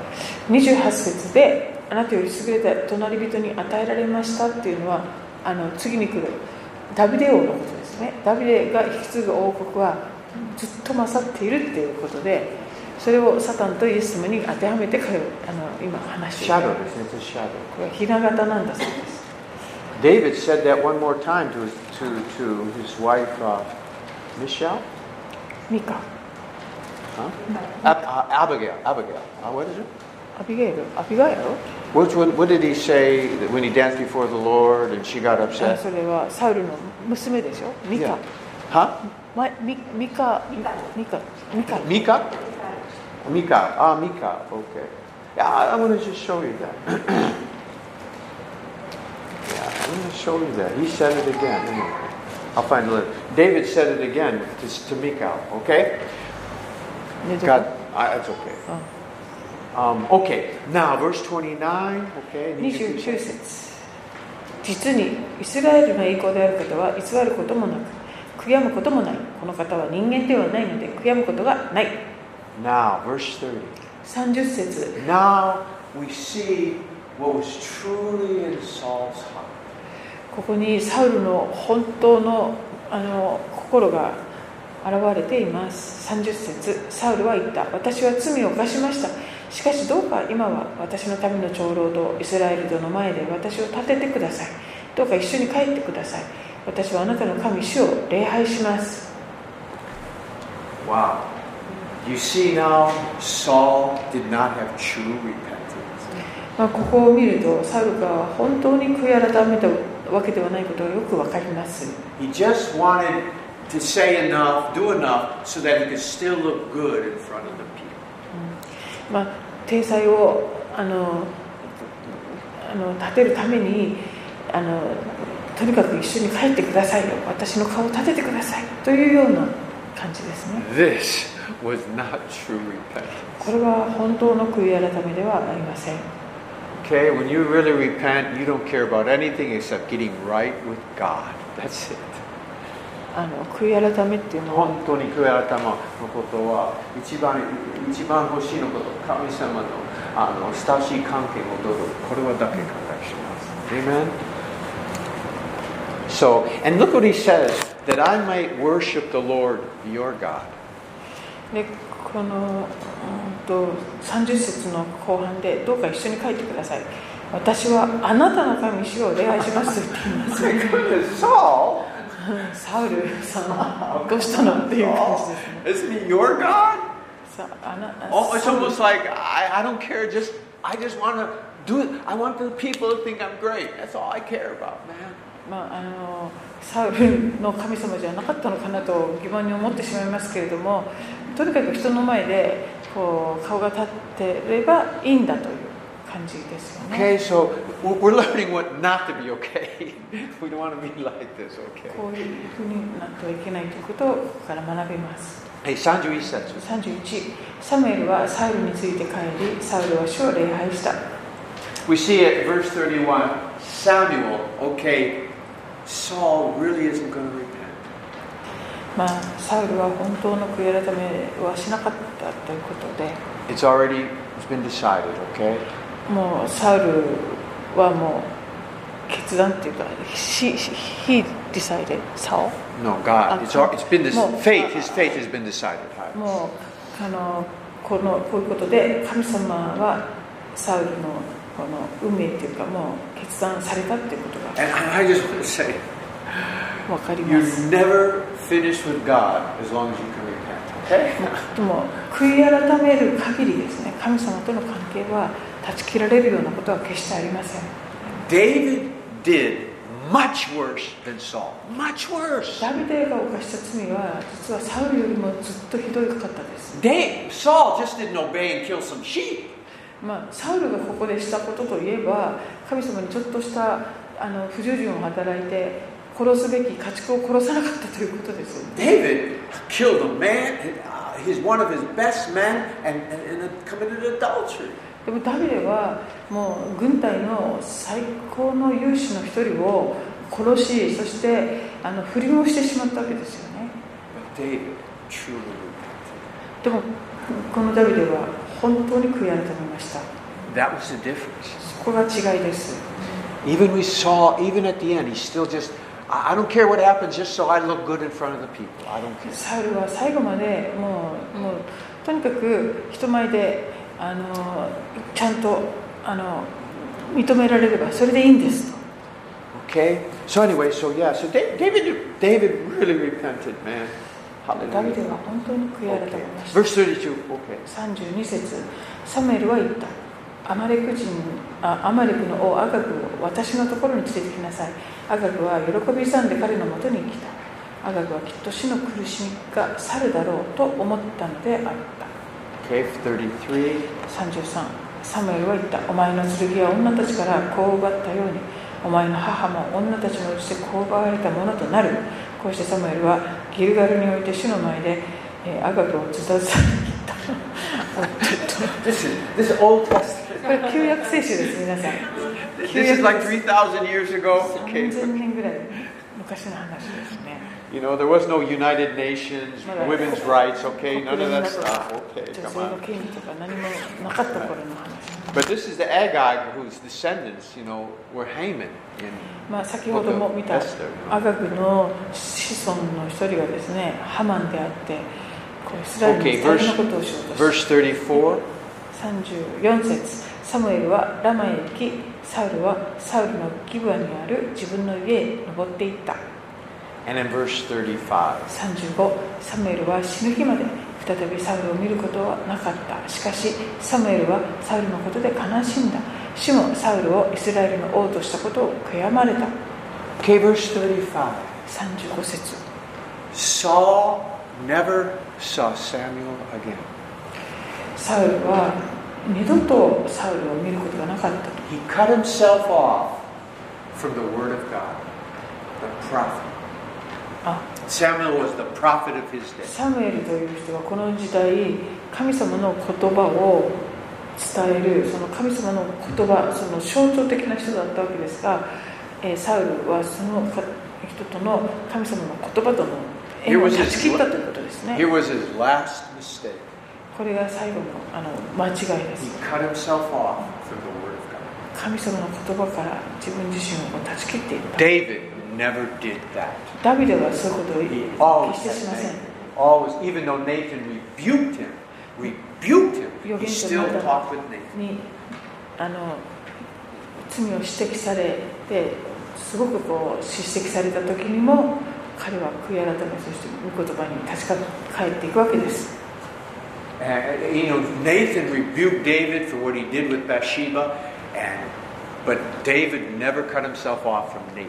Speaker 2: 28節であなたより優れた隣人に与えられましたっていうのはあの次に来るダビデ王のことですねダビデが引き継ぐ王国はずっと勝っているっていうことでそれをサタンとイエス様に当てはめて彼をあの今話している
Speaker 1: Shadow. It's a shadow.
Speaker 2: これはひな形なんだそうです
Speaker 1: David said that one more time to his, to, to his wife, uh, Michelle?
Speaker 2: ミカ
Speaker 1: Huh? Ab- uh, Abigail. Abigail. Uh, what is it?
Speaker 2: アビゲイルアビガイル
Speaker 1: Which one, what did he say that when he danced before the Lord and she got
Speaker 2: あ
Speaker 1: upset?
Speaker 2: それはサウルの娘でしょミカ、
Speaker 1: Yeah. Huh?
Speaker 2: ま、ミミカミカミカ
Speaker 1: Mika? Mika. Ah, Mika. Okay. Yeah, I, I want to just show you that. yeah, I'm going to show you that. He said it again. Anyway, I'll find it later. David said it again to, to Mika. Okay?
Speaker 2: ねどこ
Speaker 1: God, I, that's okay. Um, okay, now verse 29. Okay.
Speaker 2: 29節実にイスラエルの栄光である方は偽ることもなく悔やむこともないこの方は人間ではないので悔やむことがない
Speaker 1: Now, verse 30.
Speaker 2: 30節
Speaker 1: Now we see what was truly in Saul's heart.
Speaker 2: ここにサウルの本当のあの心が現れています30節サウルは言った私は罪を犯しましたしかしどうか今は私の民の長老とイスラエル人の前で私を立ててくださいどうか一緒に帰ってください私はあなたの神主を礼拝します
Speaker 1: Wow. You see now, Saul did not have true repentance.
Speaker 2: まあ、ここを見るとサウルが本当に悔い改めたわけではないことがよくわかります
Speaker 1: He just wanted to say enough, do enough, so that he could still look good in front of the people.
Speaker 2: まあ、体裁をあのあの立てるためにあのとにかく一緒に帰ってくださいよ私の顔を立ててくださいというような感じですね
Speaker 1: This was not true repentance.
Speaker 2: これは本当の悔い改めではありません
Speaker 1: Okay, when you really repent, you don't care about anything except getting right with God. That's it.
Speaker 2: あの悔い改めっていうのは
Speaker 1: 本当に悔い改めのことは一番一番欲しいのこと神様のあの親しい関係をどうぞこれはだけ考えします。Amen? So, and look what he says, that I might worship the Lord your God.
Speaker 2: でこの、うん、と30節の後半でどうか一緒に書いてください私はあなたの神主を礼拝しますって言います
Speaker 1: Saul,
Speaker 2: サウルさんどうしたのっていう感じですね
Speaker 1: isn't he your God?
Speaker 2: さあな
Speaker 1: Oh,
Speaker 2: サ
Speaker 1: it's
Speaker 2: ウル
Speaker 1: almost like I, I don't care, just I just want to do it. I want the people to think I'm great. That's all I care about, man.
Speaker 2: まあ、あのサウルの神様じゃなかったのかなと疑問に思ってしまいますけれどもとにかく人の前でこう顔が立ってればいいんだという感じですよね。
Speaker 1: Okay, so we're learning what not to be okay. we don't want to be like this, okay?
Speaker 2: こういうふうになってはいけないということをここから学びます。
Speaker 1: Hey, Sanju, he said,
Speaker 2: 31、サムエルはサウルについて帰り、サウルは主を礼拝した。
Speaker 1: we see at verse 31, Samuel, okay, Saul really isn't going to repent.
Speaker 2: まあ、サウルは本当の悔い改めはしなかったということで、
Speaker 1: It's already, it's been decided, okay?
Speaker 2: もうサウルはもう決断っていうか、he, he decided, サオ
Speaker 1: No, God, it's, al- it's been this,
Speaker 2: No.
Speaker 1: faith, his faith has been decided.
Speaker 2: もうあのこのこういうことで神様はサウルのこの運命っていうかもう決断されたっていうことが
Speaker 1: And I just want to say,
Speaker 2: 分かりま
Speaker 1: you're
Speaker 2: す。
Speaker 1: never finished with God as long as you can repent, okay?
Speaker 2: でも悔い改める限りですね神様との関係は断ち切られるようなことは決してありません
Speaker 1: David did much worse than Saul. Much worse.
Speaker 2: ダビデが犯した罪は実はサウルよりもずっとひどかったです
Speaker 1: They, Saul just didn't obey and kill some sheep.
Speaker 2: まあ、サウルがここでしたことといえば神様にちょっとしたあの不従順を働いて殺すべき家畜を殺さなかったということです
Speaker 1: David killed a man, uh, he's one of his best men, and, and, and committed adultery.
Speaker 2: でもダビデはもう軍隊の最高の勇士の一人を殺しそしてあの不倫をしてしまったわけですよね
Speaker 1: But David truly repented.
Speaker 2: でもこのダビデは本当に悔い改めました
Speaker 1: That was the difference.
Speaker 2: そこが違いです
Speaker 1: Even we saw, even at the end, he still just, I I don't care what happens, just so I look good in front of the people. I don't care.
Speaker 2: サウルは最後までもうもうとにかく人前であのちゃんとあの認められればそれでいいんですと
Speaker 1: Okay? So, anyway, so yeah, so Da- David, David really repented, man.
Speaker 2: ダビデ
Speaker 1: Hallelujah.
Speaker 2: は本当に悔い改め
Speaker 1: Okay.
Speaker 2: ました
Speaker 1: Verse 32. Okay.
Speaker 2: 32節サムエルは言ったアマレク人あアマレクの王アガグを私のところに連れてきなさいアガグは喜び勇んで彼のもとに来たアガグはきっと死の苦しみが去るだろうと思ったのであった
Speaker 1: Okay, 33.
Speaker 2: 33サムエルは言ったお前の剣は女たちからこう奪ったようにお前の母も女たちのうちでこう奪われたものとなるこうしてサムエルはギルガルにおいて主の前で、えーアガグを自殺されに行った
Speaker 1: This is this is Old Testament.
Speaker 2: これ旧約聖書です皆さん
Speaker 1: This is like 3,000 years ago.
Speaker 2: 3000
Speaker 1: Okay.
Speaker 2: 年ぐらい昔の話ですね
Speaker 1: You know, there was no United Nations,
Speaker 2: Right.
Speaker 1: women's rights, okay?
Speaker 2: 国
Speaker 1: None of
Speaker 2: 連
Speaker 1: that
Speaker 2: だとか
Speaker 1: stuff. Okay,
Speaker 2: 女性
Speaker 1: come
Speaker 2: の
Speaker 1: on.
Speaker 2: 権利とか何もなかった頃の話
Speaker 1: But this is the Agag whose descendants, you know, were Haman. In,
Speaker 2: まあ先ほども見た
Speaker 1: Book of Esther
Speaker 2: アガグの子孫の一人がですねハマンであってこうイスラエル
Speaker 1: Okay,
Speaker 2: に大変なことをしようとした
Speaker 1: verse 34.
Speaker 2: 34節サムエルはラマへ行きサウルはサウルのギブアにある自分の家へ登っていった
Speaker 1: And in verse 35.
Speaker 2: 35サムエルは死ぬ日まで再びサウルを見ることはなかったしかしサムエルはサウルのことで悲しんだ主もサウルをイスラエルの王としたことを悔やまれた
Speaker 1: Okay, verse 35.
Speaker 2: 35節
Speaker 1: Saul never saw Samuel again.
Speaker 2: サウルは二度とサウルを見ることがなかった
Speaker 1: He cut himself off from the Word of God, the prophet.
Speaker 2: あ
Speaker 1: Samuel was the prophet of his day.
Speaker 2: サムエルという人はこの時代神様の言葉を伝えるその神様の言葉その象徴的な人だったわけですが、えーサウルはそのか人との神様の言葉との縁を断ち切ったということです
Speaker 1: Here
Speaker 2: ね
Speaker 1: was his last mistake.
Speaker 2: これが最後のあの間違いで
Speaker 1: He
Speaker 2: す
Speaker 1: cut himself off from the Word of God.
Speaker 2: 神様の言葉から自分自身を断ち切っていった
Speaker 1: David never did that.
Speaker 2: ダビデはそういうことを
Speaker 1: He always
Speaker 2: 決してしません
Speaker 1: had Nathan. Always, even though Nathan rebuked him, rebuked him, he still talked with Nathan.
Speaker 2: にあの罪を指摘されてすごくこう叱責された時にも彼は悔い改めそして御言葉に立ち返っていくわけです
Speaker 1: And, uh, you know, Nathan rebuked David for what he did with Bathsheba, and but David never cut himself off from Nathan.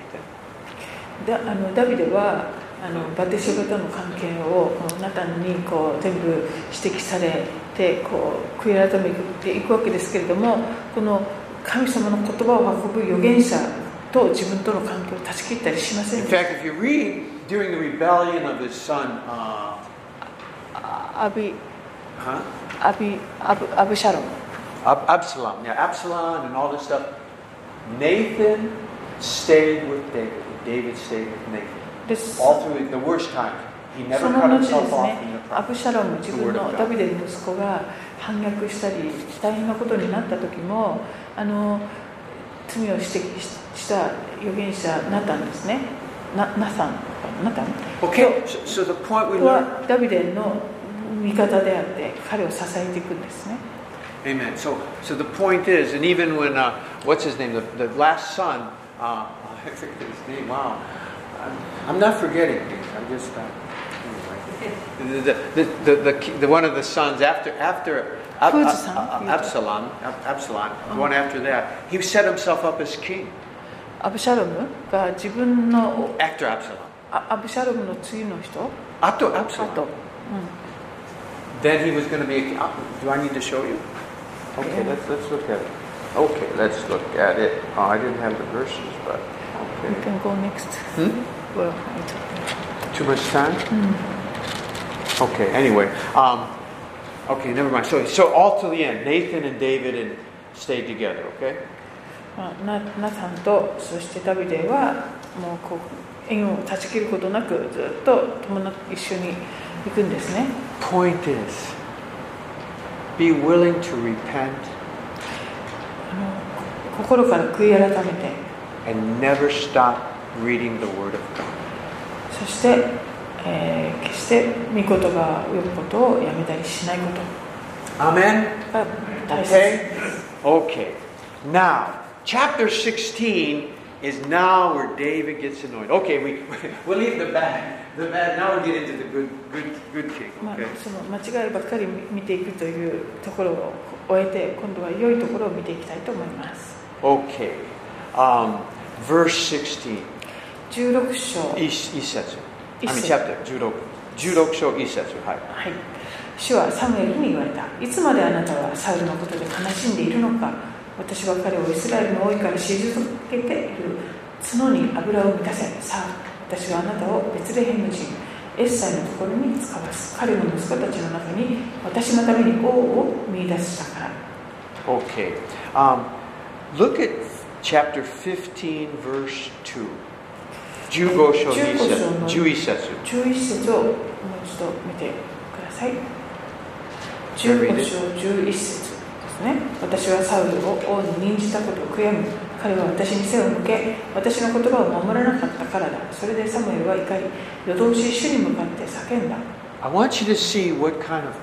Speaker 2: だあのダビデはあのバテシェバとの関係をこのナタンにこう全部指摘されてこう悔い改めていくわけですけれどもこの神様の言葉を運ぶ預言者と自分との関係を断ち切ったりしません
Speaker 1: In
Speaker 2: でした
Speaker 1: fact, if you read during the rebellion of his son, uh,
Speaker 2: あアビ
Speaker 1: huh?
Speaker 2: アビアブアブシャロン
Speaker 1: Ab- Absalom, yeah, Absalom and all this stuff, Nathan stayed with David. and David stayed with Nathan
Speaker 2: です
Speaker 1: all through the worst times. He
Speaker 2: そ
Speaker 1: never
Speaker 2: の
Speaker 1: cut
Speaker 2: 後ですね
Speaker 1: himself off from the、
Speaker 2: アブ
Speaker 1: prophet.
Speaker 2: シャロム、自分
Speaker 1: The word of
Speaker 2: の
Speaker 1: God.
Speaker 2: ダビデの息子が反逆したり、大変なことになった時も、あの罪を指摘しした預言者、ナタンですね、なナサン、ナタン
Speaker 1: Okay, so, so the point we learned.
Speaker 2: はダビデの味方であって、彼を支えていくんですね。
Speaker 1: Amen. So, so the point is, and even when uh, what's his name, the, the last son, uh, I forget his name. Wow, I'm, I'm not forgetting things. I'm just uh, anyway. The, the, the, the, the, the one of the sons after after Ab-
Speaker 2: Who's the
Speaker 1: Ab-
Speaker 2: son? Oh.
Speaker 1: Ab- Absalom, Ab- Absalom, the one after that, he set himself up as king.
Speaker 2: アブシャロムが自分の
Speaker 1: after Absalom.
Speaker 2: あアブシャロムの次の人
Speaker 1: After
Speaker 2: あと、う
Speaker 1: Absalom.
Speaker 2: ん
Speaker 1: Then he was going to be. uh, Do I need to show you? Okay,
Speaker 2: Yeah.
Speaker 1: let's let's look at it. Okay, let's look at it. Oh, I didn't have the verses, but
Speaker 2: You
Speaker 1: okay.
Speaker 2: can go next.
Speaker 1: Hmm?
Speaker 2: Well, it's okay.
Speaker 1: Too much time? Okay, anyway. Um, okay, never mind. So, so all to the end, Nathan and David and stayed together, okay?
Speaker 2: まあナナサンとそしてダビデはもうこう縁を断ち切ることなくずっと伴って一緒に行くんですね
Speaker 1: Point is, be willing to repent
Speaker 2: あの心から悔い改めて
Speaker 1: and never stop reading the Word of God.
Speaker 2: そして、えー決して御言葉を読むことをやめたりしないこ
Speaker 1: Amen?
Speaker 2: とが大切、
Speaker 1: Okay? Okay. Now, chapter 16 is now where David gets anointed. Okay, we, we'll leave the bad. The bad. Now we'll get into the good, good, good king.
Speaker 2: まあ
Speaker 1: Okay.、
Speaker 2: その間違いばっかり見ていくというところを終えて今度は良いところを見ていきたいと思います
Speaker 1: Okay. Um, verse 16.
Speaker 2: 16章
Speaker 1: 一一節。
Speaker 2: 一
Speaker 1: I mean,
Speaker 2: 節
Speaker 1: chapter 16。16章一節。はい。
Speaker 2: はい、主はサムエルに言われた。いつまであなたはサウルのことで悲しんでいるのか。私は彼をイスラエルの王位から退けている。角に油を満たせ。さあ、私はあなたをベツレヘム人、エッサイのところに使わす。彼の息子たちの中に私のために王を見出したから。
Speaker 1: Okay. Um, look at chapter 15, verse 2. 15章
Speaker 2: 15章
Speaker 1: 二節。
Speaker 2: の
Speaker 1: 11節。
Speaker 2: 11節をもう一度見てください。15章11
Speaker 1: Very good.
Speaker 2: 節ですね。私はサウルを王に任じたことを悔やむ。彼は私に背を向け、私の言葉を守らなかったからだ。それでサムエルは怒り、夜通し主に向かって叫んだ。
Speaker 1: I want you to see what kind of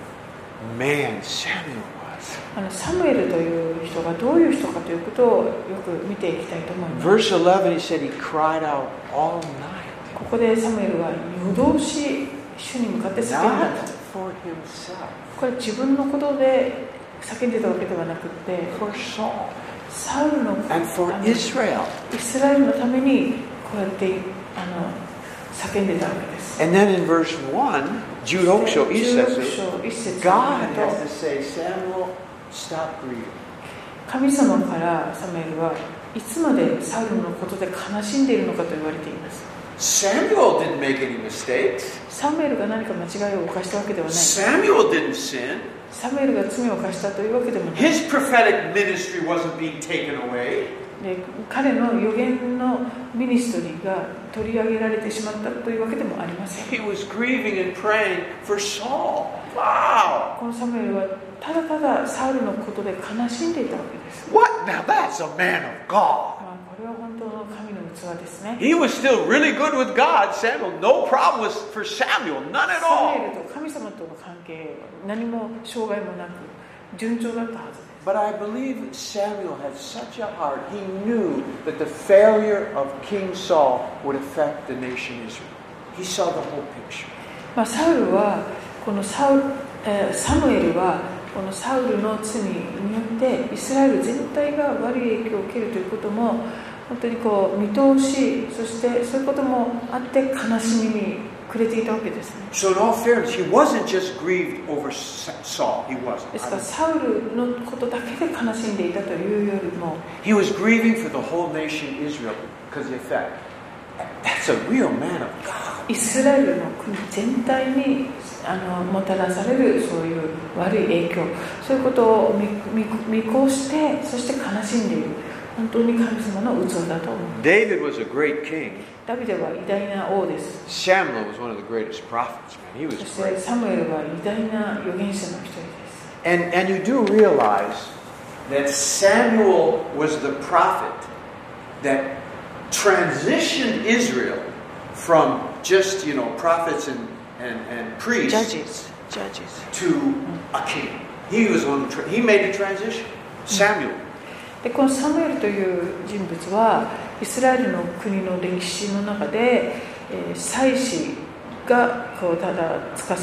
Speaker 1: man Samuel was.
Speaker 2: あのサムエルという人がどういう人かということをよく見ていきたいと思います。
Speaker 1: Verse 11, he said he cried out all night.
Speaker 2: ここでサムエルは夜通し主に向かって叫んだ
Speaker 1: Not
Speaker 2: と。
Speaker 1: for himself,
Speaker 2: これ自分のことで叫んでたわけではなくって、
Speaker 1: for Saul
Speaker 2: サウルの
Speaker 1: and for
Speaker 2: あの
Speaker 1: Israel.
Speaker 2: イスラエルのためにこうやってあの叫んでたわけです。
Speaker 1: And then in verse 1, 16章一節。
Speaker 2: 16章一節
Speaker 1: God has to say, Samuel, stop grieving.
Speaker 2: 神様からサムエルはいつまでサウルのことで悲しんでいるのかと言われています。
Speaker 1: Samuel didn't make any mistakes.
Speaker 2: サムエルが何か間違いを犯したわけではない。サ
Speaker 1: Samuel didn't sin.
Speaker 2: ムエルが罪を犯したというわけでもない。で
Speaker 1: His prophetic ministry wasn't being taken away.
Speaker 2: 彼の予言のミニストリーが取り上げられてしまったというわけでもありません。
Speaker 1: He was grieving and praying for Saul. Wow!
Speaker 2: このサムエルはただただサウルのことで悲しんでいたわけです。
Speaker 1: What? Now that's a man of God.
Speaker 2: まあこれは本当の神の器ですね。
Speaker 1: He was still really good with God, Samuel. No problem was for Samuel, none at
Speaker 2: サム
Speaker 1: all.
Speaker 2: エルと神様との関係は何も障害もなく順調だったはずです
Speaker 1: But I believe Samuel had such a heart, he knew that the failure of King Saul would affect the nation Israel. He saw the whole picture.
Speaker 2: まあ、サウルはこのサウル、えーサムエルはこのサウルの罪によってイスラエル全体が悪い影響を受けるということも本当にこう見通しそしてそういうこともあって悲しみに暮れていたわけですね
Speaker 1: So, in all fairness, he wasn't just grieved over Sa- Saul. He
Speaker 2: ですから
Speaker 1: wasn't.
Speaker 2: サウルのことだけで悲しんでいたというよりも
Speaker 1: He was grieving for the whole nation Israel because of the effect. That's a real man of God.
Speaker 2: イスラエルの国全体にあのもたらされるそういう悪い影響そういうことを見見見越してそして悲しんでいる本当に神様の器だと思う
Speaker 1: David was a great king.
Speaker 2: ダビデは偉大な王です
Speaker 1: Samuel was one of the greatest prophets, man. He was
Speaker 2: そして
Speaker 1: great.
Speaker 2: サムエルは偉大な預言者の一人です
Speaker 1: And, and you do realize that Samuel was the prophet that transitioned Israel from just, you know, prophets and, and, and priests
Speaker 2: Judges Judges
Speaker 1: to a king. He was on the tra- he made the transition. Samuel.
Speaker 2: でこのサムエルという人物はイスラエルの国の歴史の中で、えー祭司がこうただ司っ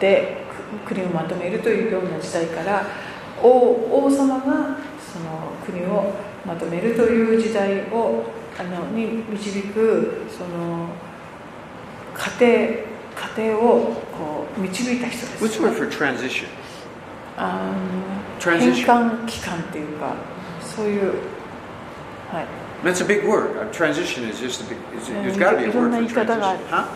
Speaker 2: てく国をまとめるというような時代から王王様がその国をまとめるという時代をあのに導くその家庭家庭をこう導いた人で
Speaker 1: What's
Speaker 2: す
Speaker 1: the word for transition?
Speaker 2: あの
Speaker 1: Transition
Speaker 2: 変換期間っていうかそういうはい
Speaker 1: That's a big word. Uh, Transition is just a big. It's,
Speaker 3: Yeah,
Speaker 1: there's got to be a
Speaker 3: いろん
Speaker 1: word for
Speaker 3: な言い方がある。
Speaker 1: transition. Huh?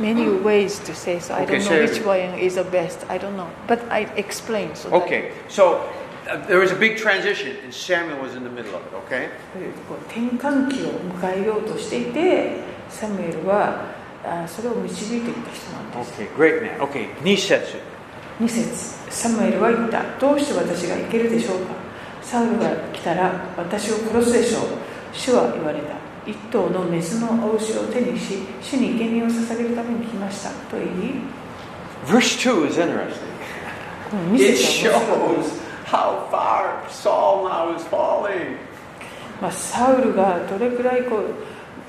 Speaker 3: Many ways to say so. I
Speaker 1: Okay,
Speaker 3: don't know
Speaker 1: say
Speaker 3: which
Speaker 1: it.
Speaker 3: one is the best. I don't know. But I explain so that-
Speaker 1: Okay, so uh, there was a big transition, and Samuel was in the middle of it. Okay,
Speaker 2: こう転換期を迎えようとしていてサムエルはあそれを導いていた人なんです、
Speaker 1: okay, great man. Okay, Nisetsu.
Speaker 2: 2節サムエルは言ったどうして私が行けるでしょうかサウルが来たら私を殺すでしょう主は言われた一頭のメスのお牛を手にし主に生贄を捧げるために来ましたと言い
Speaker 1: Verse two is interesting.
Speaker 3: この見
Speaker 1: It
Speaker 3: せたの
Speaker 1: shows how far Saul now is falling.
Speaker 2: まあ、サウルがどれくらいこ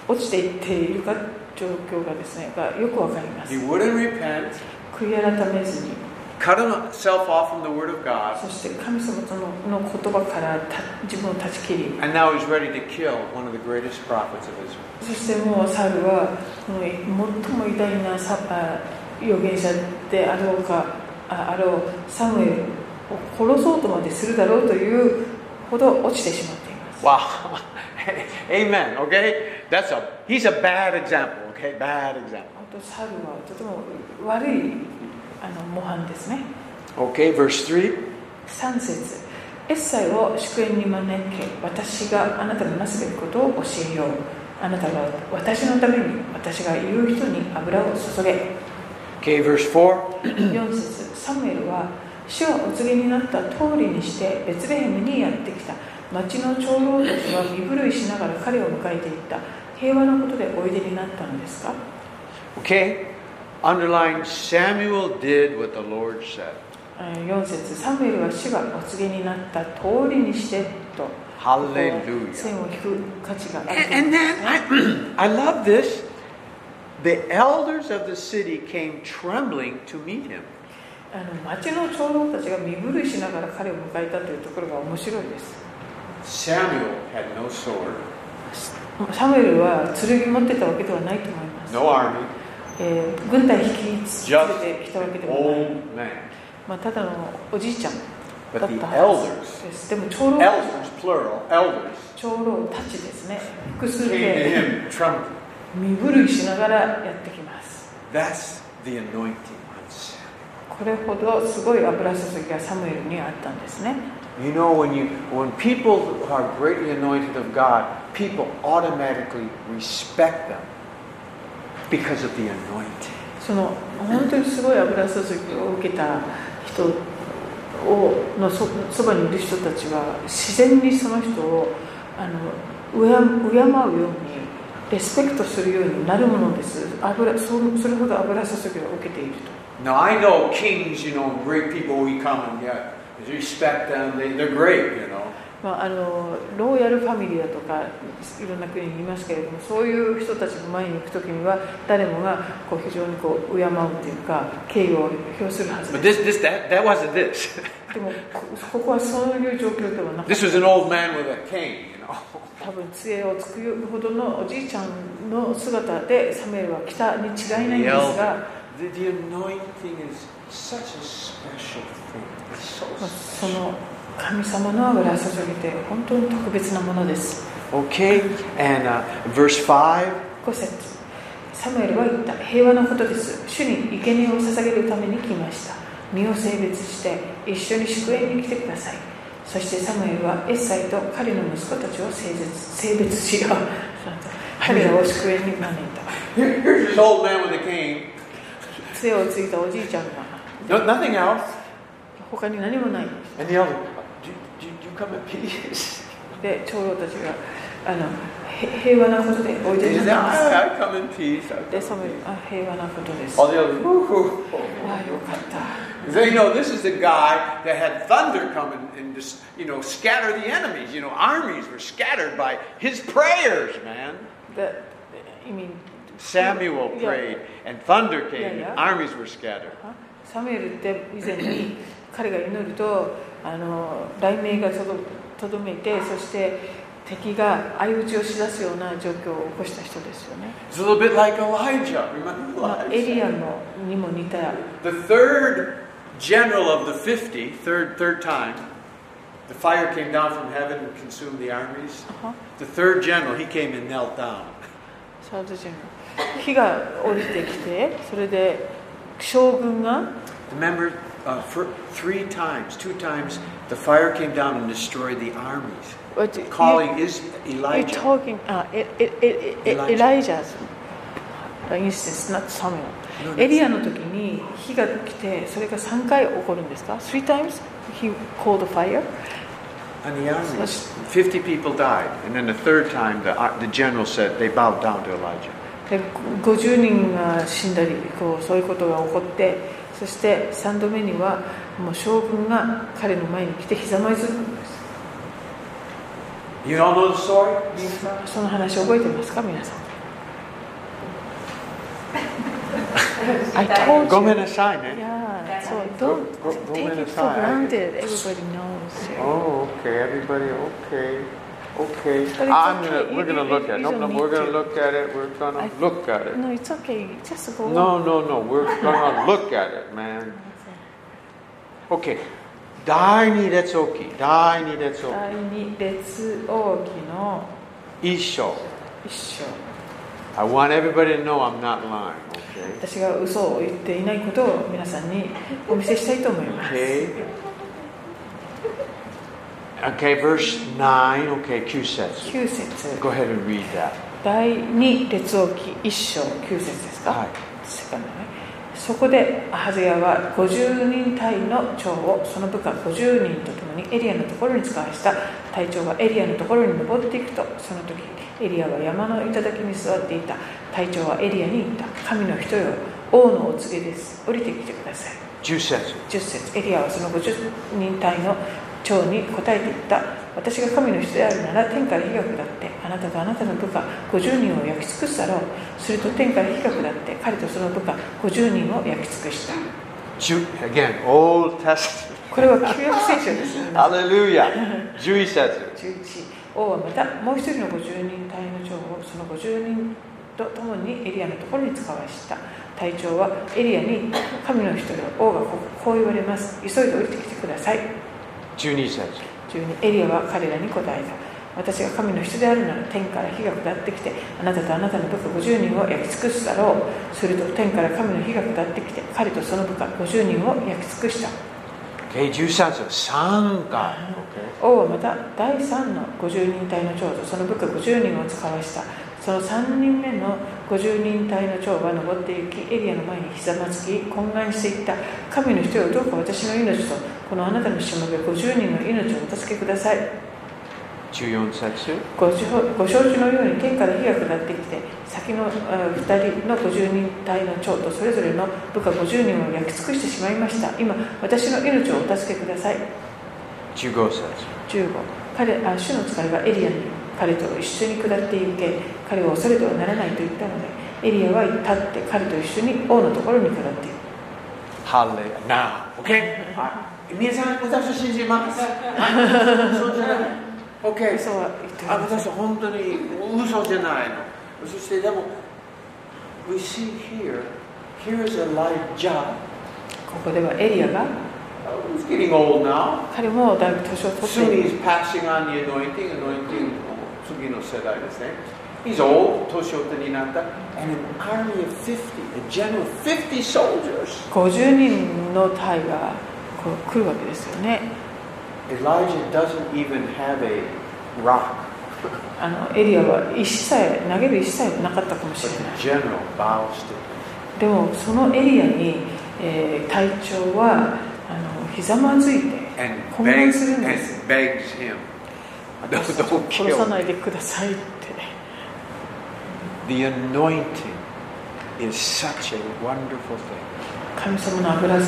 Speaker 2: う落ちていっているか状況がですねがよくわかります
Speaker 1: He wouldn't repent,
Speaker 2: 悔い改めずに
Speaker 1: cut himself off from the Word of God,
Speaker 2: そして神様とのの言葉からた自分を断ち切り
Speaker 1: and now he's ready to kill one of the greatest prophets of Israel.
Speaker 2: そしてもうサウルはこの最も偉大なさあ預言者であろうかああろうサムエルを殺そうとまでするだろうというほど落ちてしまっています
Speaker 1: Wow. Amen. Okay, that's a he's a bad example. Okay, bad example.
Speaker 2: 本当サウルはとても悪いあの模範ですね
Speaker 1: Okay, verse three.
Speaker 2: 3節エッサイを祝宴に招け私があなたのなすべきことを教えようあなたは私のために私が言う人に油を注げ
Speaker 1: Okay, verse four.
Speaker 2: 4節サムエルは主はお告げになった通りにしてベツレヘムにやってきた町の長老たちは身震いしながら彼を迎えていった平和なことでおいでになったのですか
Speaker 1: Okay? Underline Samuel did what the Lord said.
Speaker 2: 4節サムエルは主がお告げになった通りにしてと線
Speaker 1: Hallelujah.
Speaker 2: を引く価値があると
Speaker 1: And, and then I, I love this. The elders of the city came trembling to meet him.
Speaker 2: あの町の長老たちが身震いしながら彼を迎えたというところが面白いです
Speaker 1: Samuel had no sword,
Speaker 2: サムエルは剣持ってたわけではないと思います、
Speaker 1: no army,
Speaker 2: えー軍隊引き連れてきたわけで
Speaker 1: an
Speaker 2: はない、
Speaker 1: old man.
Speaker 2: まあ、ただのおじいちゃんだ
Speaker 1: But
Speaker 2: っ
Speaker 1: the
Speaker 2: たは
Speaker 1: elders,
Speaker 2: ずですでも長老
Speaker 1: elders, plural, elders,
Speaker 2: 長老たちですね複
Speaker 1: came
Speaker 2: 数
Speaker 1: to
Speaker 2: で
Speaker 1: him trembling.
Speaker 2: 身震いしながらやってきます
Speaker 1: That's the anointing on Samuel.
Speaker 2: これほどすごい油注ぎがサムエルにはあったんですね
Speaker 1: You know, when you when people are greatly anointed of God, people automatically respect them because of the anointing.
Speaker 2: その本当にすごい油注ぎを受けた人をのそそばにいる人たちは自然にその人をあの敬敬うようにレスペクトするようになるものです油そそれほど油注ぎを受けていると
Speaker 1: Now I know kings, you know, great people we come and yeah, you respect them, they, they're great, you know.
Speaker 2: まあ、あのロイヤルファミリーだとかいろんな国にいますけれどもそういう人たちの前に行く時には誰もがこう非常にこう敬うというか敬意を表するはずで
Speaker 1: But this this that that wasn't this.
Speaker 2: すでもこここはそういう状況ではなく
Speaker 1: This was an old man with a cane, you know.
Speaker 2: 多分杖をつくほどのおじいちゃんの姿でサムエルは来たに違いないんですが、
Speaker 1: The, the anointing is such a special thing. It's so
Speaker 2: まあそ
Speaker 1: special.
Speaker 2: の神様の油を注ぎて本当に特別なものです。
Speaker 1: Okay, and uh, verse five.
Speaker 2: 5節サムエルは言った平和なことです主に生贄を捧げるために来ました身を性別して一緒に祝宴に来てくださいそしてサムエルはエッサイと彼の息子たちを性別性別しよう 彼らを祝宴に招いた
Speaker 1: Here- here's this old man with a cane.
Speaker 2: 杖をついたおじいちゃんが
Speaker 1: No, nothing else.
Speaker 2: 他に何もない
Speaker 1: And the elder, do, do, do you come in peace?
Speaker 2: で長老たちがあのへ平和なことでおい
Speaker 1: He
Speaker 2: でに
Speaker 1: said,
Speaker 2: なさ
Speaker 1: I, I come in peace. I
Speaker 2: い
Speaker 1: come in
Speaker 2: でサムエ
Speaker 1: peace."
Speaker 2: ルあ平和なことです
Speaker 1: All
Speaker 2: あ
Speaker 1: the others, woo-hoo.
Speaker 2: あよかった
Speaker 1: They know this is the guy that had thunder come and, and just, you know, scatter the enemies. You know, armies were scattered by his prayers, man.
Speaker 2: で I mean
Speaker 1: Samuel
Speaker 2: Yeah.
Speaker 1: prayed, and thunder came,
Speaker 2: Yeah, yeah.
Speaker 1: and armies were scattered.
Speaker 2: サムエルって以前に彼が祈るとあの雷鳴がとどとどめてそして敵が相打ちをしだすような状況を起こした人ですよね、
Speaker 1: It's a little bit like Elijah. Remember
Speaker 2: まあ、
Speaker 1: Elijah?
Speaker 2: エリアのにも似た
Speaker 1: The third general of the 50, third, third time, the fire came down from heaven and consumed the armies.
Speaker 3: Uh-huh.
Speaker 1: The third general, he came and knelt down.
Speaker 2: サウジ人の火が降りてきてそれで将軍が
Speaker 1: Remember, uh, for three times, two times, the fire came down and destroyed the armies,
Speaker 3: But you-
Speaker 1: calling is
Speaker 3: You're
Speaker 1: Elijah.
Speaker 3: talking, uh, it, it, it, it,
Speaker 1: Elijah.
Speaker 3: Elijah's.
Speaker 2: インシデンス、not Samuel
Speaker 1: No,。that's-
Speaker 2: エリアの時に火が来て、それが3回起こるんですか ?3 times he called fire?
Speaker 1: And the armies, 50 people died. And then the third time, the, ar- the general said they bowed down to Elijah.
Speaker 2: で50人が死んだりこう、そういうことが起こって、そして3度目にはもう将軍が彼の前に来てひざまずくんです。
Speaker 1: You all know the story?
Speaker 2: その話覚えてますか皆さん。
Speaker 3: I told
Speaker 1: Go
Speaker 3: you.
Speaker 1: in a sign, eh?
Speaker 3: Yeah, so
Speaker 1: Go-
Speaker 3: don't
Speaker 1: go- go
Speaker 3: take
Speaker 1: in
Speaker 3: it for
Speaker 1: aside.
Speaker 3: granted. Everybody knows.
Speaker 1: Oh, okay, everybody, okay,
Speaker 3: But
Speaker 1: okay.
Speaker 3: it's
Speaker 1: I'm
Speaker 3: okay,
Speaker 1: gonna, we're
Speaker 3: you-
Speaker 1: gonna
Speaker 3: you-
Speaker 1: look
Speaker 3: you
Speaker 1: at it. No,
Speaker 3: don't
Speaker 1: no,
Speaker 3: need
Speaker 1: we're gonna
Speaker 3: to.
Speaker 1: look at it, we're gonna
Speaker 3: I- Oh.
Speaker 1: look at it.
Speaker 3: No, it's okay. Just go.
Speaker 1: No, no, no, we're gonna look at it, man. Okay. Dai ni detsuki, dai ni
Speaker 2: 第
Speaker 1: detsuki.
Speaker 2: 二列王記の
Speaker 1: Isho.
Speaker 2: 一章。
Speaker 1: I want everybody to know I'm not lying, okay?
Speaker 2: 私が嘘を言っていないことを皆さんにお見せしたいと思います。
Speaker 1: Okay? Okay, verse 9, okay, kyusetsu.
Speaker 2: 9節
Speaker 1: Go ahead and read that.
Speaker 2: 第2列王記1章9節ですか、
Speaker 1: はい
Speaker 2: セカンドねそこでアハゼヤは50人隊の長をその部下50人と共にエリアのところに使わした隊長がエリアのところに登っていくとその時エリアは山の頂に座っていた隊長はエリアに言った神の人よ王のお告げです降りてきてください
Speaker 1: Jusetsu.
Speaker 2: 10節エリアはその50人隊の長に答えていった私が神の人であるなら天から火が下ってあなたとあなたの部下50人を焼き尽くすだろうすると天から火が下って彼とその部下50人を焼き尽くした
Speaker 1: Ju- Again, Old Testament.
Speaker 2: これは旧約聖書ですよね
Speaker 1: Hallelujah. Jusetsu.
Speaker 2: 11王はまたもう一人の50人隊の長をその50人と共にエリアのところに使わした隊長はエリアに神の人よ王がこうこう言われます急いで降りてきてください
Speaker 1: 12節
Speaker 2: 中にエリアは彼らに答えた私が神の人であるなら天から火が下ってきてあなたとあなたの部下50人を焼き尽くすだろうすると天から神の火が下ってきて彼とその部下50人を焼き尽くした
Speaker 1: Okay, 13節3回 Okay.
Speaker 2: 王はまた第3の50人隊の長とその部下50人を使わしたその3人目の50人隊の長は登って行きエリアの前にひざまずき懇願していった神の人よどうか私の命とこのあなたのしもべ50人の命をお助けください
Speaker 1: 14節
Speaker 2: ご承知のように天から火が下ってきて先の2人の50人隊の長とそれぞれの部下50人を焼き尽くしてしまいました今私の命をお助けください
Speaker 1: 15節
Speaker 2: 15彼あ主の使いはエリアに彼と一緒に下って行け彼を恐れてはならないと言ったのでエリアは立って彼と一緒に王のところに下っていく
Speaker 1: Hallelujah. Now, okay? 皆さん、私を信じます。はいそうじゃない。OK。
Speaker 2: 嘘は言って
Speaker 1: あ
Speaker 2: おりません
Speaker 1: 私は本当に嘘じゃないの。そしてでも、we see here, here is Elijah.
Speaker 2: ここではエリアが
Speaker 1: Uh, He's getting old now.
Speaker 2: 彼もだいぶ年を取ってい
Speaker 1: Soon
Speaker 2: る
Speaker 1: he's passing on the anointing, anointing 次の世代ですね。He's old, 年寄ってになった。And an army of 50, a general of 50 soldiers.
Speaker 2: 50人の隊がこう来るわけですよね
Speaker 1: Elijah doesn't even have a rock,
Speaker 2: あのエリアは石さえ投げる石さえなかったかもし
Speaker 1: but
Speaker 2: れな
Speaker 1: the general bows to him.
Speaker 2: いでもそのエリアに、えー隊長はあのひざまずいて
Speaker 1: and
Speaker 2: 懇願
Speaker 1: begs,
Speaker 2: するんです
Speaker 1: and begs him. Don't,
Speaker 2: 私たちを
Speaker 1: don't
Speaker 2: 殺さ
Speaker 1: kill
Speaker 2: な
Speaker 1: me.
Speaker 2: いでくださいって
Speaker 1: The anointing is such a wonderful thing.
Speaker 2: 神様の油注ぎ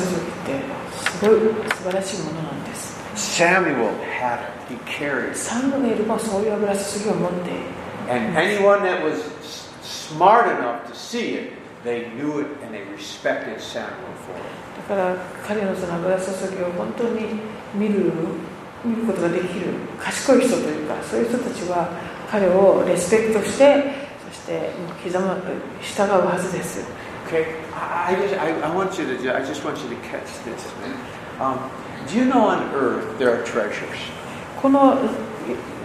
Speaker 2: ってすごい素晴らしいものなんです
Speaker 1: Samuel had it. He carried it.
Speaker 2: サムネイルもそういう油注ぎを持っている
Speaker 1: And anyone that was s- smart enough to see it, they knew it and they respected Samuel for it.
Speaker 2: だから彼のその油注ぎを本当に見る見ることができる賢い人というかそういう人たちは彼をレスペクトしてそして刻ま従うはずです
Speaker 1: Okay, I, I just I, I want you to ju- I just want you to catch this. Um, do you know on earth there are treasures?
Speaker 2: この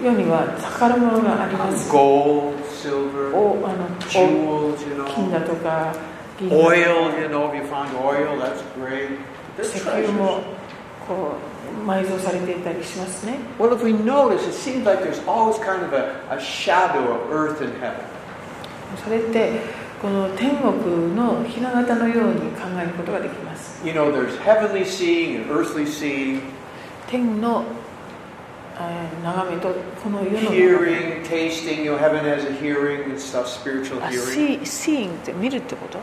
Speaker 2: 世には宝物がありますお
Speaker 1: Gold, silver,
Speaker 2: あのお
Speaker 1: jewels, you
Speaker 2: 金
Speaker 1: know,
Speaker 2: だとか銀だとか
Speaker 1: oil. You know, if you find oil, that's great. There's
Speaker 2: 石油も
Speaker 1: treasures.
Speaker 2: こう埋蔵されていたりしますね
Speaker 1: Well, if we notice, it seems like there's always kind of a, a shadow of earth and heaven.
Speaker 2: それってこの天国の雛形のように考えることができます
Speaker 1: You know, there's heavenly seeing and earthly seeing,
Speaker 2: 天のえー眺めとこの世の眺め
Speaker 1: hearing, tasting. You know, heaven has a hearing and stuff, spiritual
Speaker 3: あ、see-
Speaker 1: hearing.
Speaker 3: seeing って見るってこと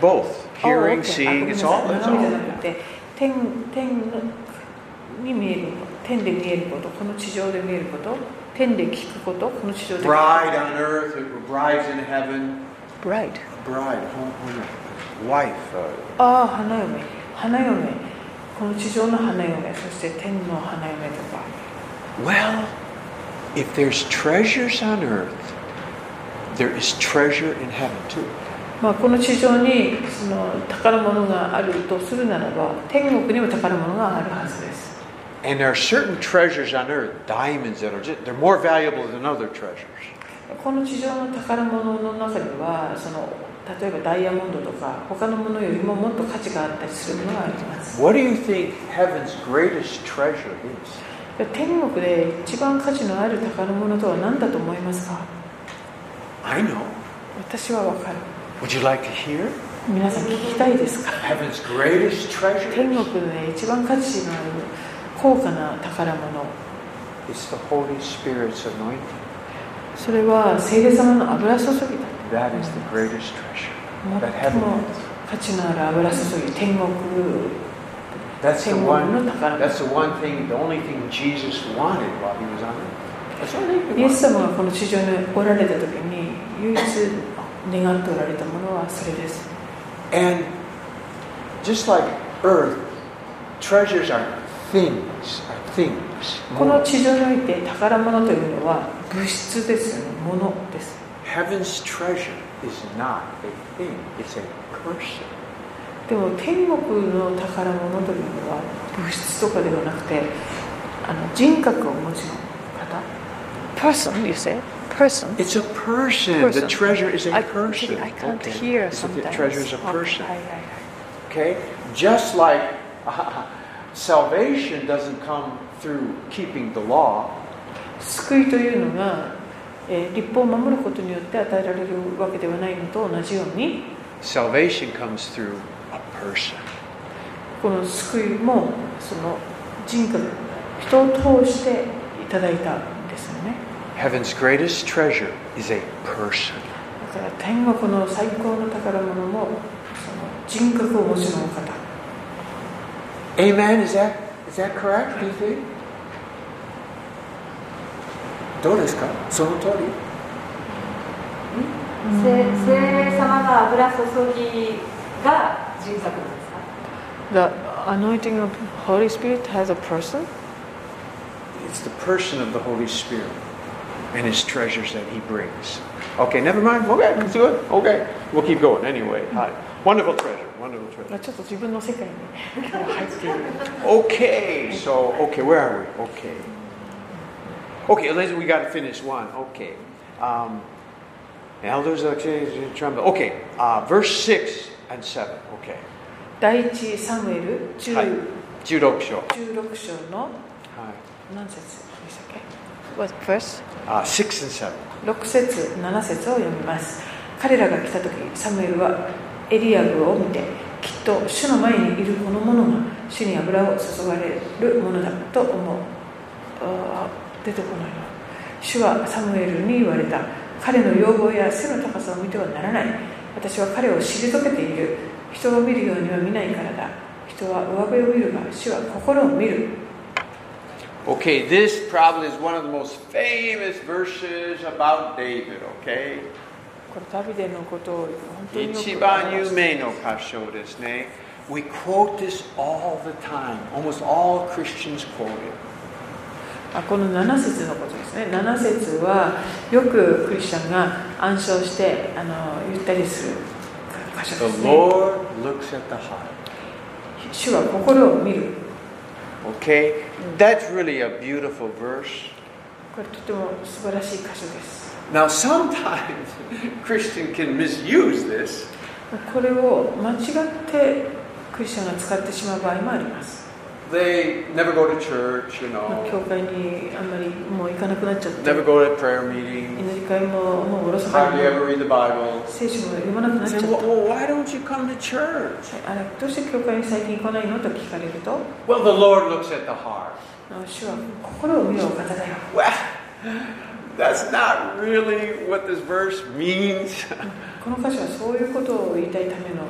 Speaker 1: Both
Speaker 2: あ OK
Speaker 1: hearing,
Speaker 2: あ
Speaker 1: seeing. It's all.
Speaker 2: ごめん
Speaker 1: It's
Speaker 2: なさい眺め
Speaker 1: all.
Speaker 2: じゃなくて天天のに見える天で見えることこの地上で見えること天で聞くことこの地上で聞くこと
Speaker 1: bride on earth, or brides in heaven,
Speaker 3: ?Bride
Speaker 1: bride, home, home, wife. uh,
Speaker 2: ああ花嫁花嫁この地上の花嫁そして天の花嫁とか
Speaker 1: Well, if there's treasures on earth, there is treasure in heaven too.
Speaker 2: まあ、この地上にその宝物があるとするならば天国にも宝物があるはずです
Speaker 1: And there are certain treasures on earth, diamonds that are just, they're more valuable than other treasures.
Speaker 2: この地上の宝物の中にはその例えばダイヤモンドとか他のものよりももっと価値があったりするものがあります
Speaker 1: What do you think heaven's greatest treasure is?
Speaker 2: 天国で一番価値のある宝物とは何だと思いますか
Speaker 1: I know.
Speaker 2: 私はわかる
Speaker 1: Would you like to hear?
Speaker 2: 皆さん聞きたいですか
Speaker 1: Heaven's greatest
Speaker 2: 天
Speaker 1: treasure
Speaker 2: 国で一番価値のある高価な宝物
Speaker 1: is the Holy Spirit's anointing.
Speaker 2: それは聖霊様の油注ぎだ
Speaker 1: That is the greatest treasure that
Speaker 2: 最
Speaker 1: heaven
Speaker 2: も
Speaker 1: has.
Speaker 2: 価値のある油注ぎ天国
Speaker 1: That's the
Speaker 2: 天国
Speaker 1: one.
Speaker 2: の宝
Speaker 1: That's the one thing. The only thing Jesus wanted while he was on earth. That's the only thing.
Speaker 2: イ
Speaker 1: he
Speaker 2: エス
Speaker 1: wanted.
Speaker 2: 様がこの地上におられた時に唯一願っておられたものはそれです
Speaker 1: And just like earth, treasures are things. Are things.
Speaker 2: この
Speaker 1: More.
Speaker 2: 地上において宝物というのは物質ですよね物です
Speaker 1: Heaven's treasure is not a thing. It's a person.
Speaker 2: でも天国の宝物というのは物質とかではなくてあの人格をお持ちの方
Speaker 3: ?Person, you say? Person?
Speaker 1: It's a person. The
Speaker 3: Person.
Speaker 1: treasure is a
Speaker 3: I,
Speaker 1: person.
Speaker 3: I can't
Speaker 1: Okay.
Speaker 3: hear
Speaker 1: So
Speaker 3: sometimes.
Speaker 1: The treasure is a
Speaker 3: Okay,
Speaker 1: person.
Speaker 3: I- I- I-
Speaker 1: Okay? Just like salvation doesn't come through keeping the law,
Speaker 2: 救いというのが、えー立法を守ることによって与えられるわけではないのと同じように
Speaker 1: salvation comes through a person.
Speaker 2: この救いもその人格人を通していただいたんですよね
Speaker 1: Heaven's greatest treasure is a person.
Speaker 2: だから天国の最高の宝物もその人格をお持ちのお方
Speaker 1: Amen. Is that is that correct? Do you think? どうですかその通り
Speaker 4: せ 聖霊様の油注ぎが人作なんですか
Speaker 3: The anointing of Holy Spirit has a person?
Speaker 1: It's the person of the Holy Spirit and his treasures that he brings. Okay, never mind. Okay, let's do it. Okay. We'll keep going anyway. Hi. Wonderful treasure. Wonderful
Speaker 2: ま
Speaker 1: treasure.
Speaker 2: あちょっと自分の世界に入っている
Speaker 1: Okay, so okay, where are we? Okay. Okay, Elizabeth, we got to finish one. Okay. Um, elders of the tremble. Okay, uh, verse six and seven. Okay.
Speaker 2: 第一サムエル
Speaker 1: はい
Speaker 2: 10
Speaker 1: 16章。
Speaker 2: 16章の何節でしたっけ
Speaker 3: What first?
Speaker 1: はい。Uh, six and seven.
Speaker 2: 6節7節を読みます彼らが来た時サムエルはエリアブを見てきっと主の前にいるこの者が主に油を注がれるものだと思うあー出てこないな主はサムエルに言われた彼の容貌や背の高さを見てはならない私は彼を退けている人を見るようには見ないからだ人は上辺を見るが主は心を見る
Speaker 1: Okay, this probably is one of the most famous verses about David, okay?
Speaker 2: これダビデのことを本当によく
Speaker 1: 一番有名の箇所ですね。We quote this all the time. Almost all Christians quote it.
Speaker 2: あこの7節のことですね7節はよくクリスチャンが暗唱してあの言ったりする箇所
Speaker 1: The
Speaker 2: ですね
Speaker 1: Lord looks at the heart.
Speaker 2: 主は心を見る
Speaker 1: Okay? That's really a beautiful verse.
Speaker 2: これとても素晴らしい箇所です
Speaker 1: Now, sometimes Christian can misuse this
Speaker 2: これを間違ってクリスチャンが使ってしまう場合もあります
Speaker 1: They never go to church, you
Speaker 2: まあ
Speaker 1: know,
Speaker 2: 教会にあんまりもう行かなくなっちゃって
Speaker 1: never go to prayer
Speaker 2: 祈
Speaker 1: meeting,
Speaker 2: り会ももうおろそか
Speaker 1: hardly
Speaker 2: に
Speaker 1: ever read the Bible.
Speaker 2: 聖書も読まなくな
Speaker 1: And
Speaker 2: っちゃ
Speaker 1: say,
Speaker 2: った
Speaker 1: well, well, why don't you come to church?
Speaker 2: あらどうして教会に最近来ないのと聞かれると
Speaker 1: Well, the Lord looks at the heart.
Speaker 2: あ主は心を見るお方だよ
Speaker 1: Well, that's not really what this verse means.
Speaker 2: この箇所はそういうことを言いたいための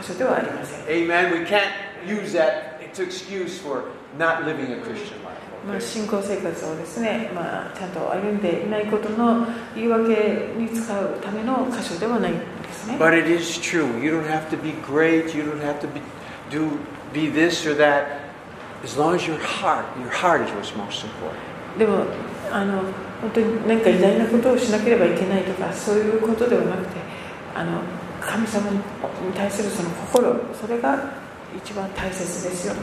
Speaker 2: 箇所ではありません、
Speaker 1: Amen. We can't use that to excuse for not living a Christian life.
Speaker 2: まあ、
Speaker 1: okay?
Speaker 2: 信仰生活をですね、まあ、ちゃんと歩んでいないことの言い訳に使うための箇所ではないんですね
Speaker 1: But it is true. You don't have to be great. You don't have to be, do be this or that. As long as your heart, your heart is what's most important.
Speaker 2: でもあの本当に何か偉大なことをしなければいけないとかそういうことではなくてあの神様に対するその心それが一番大切ですよ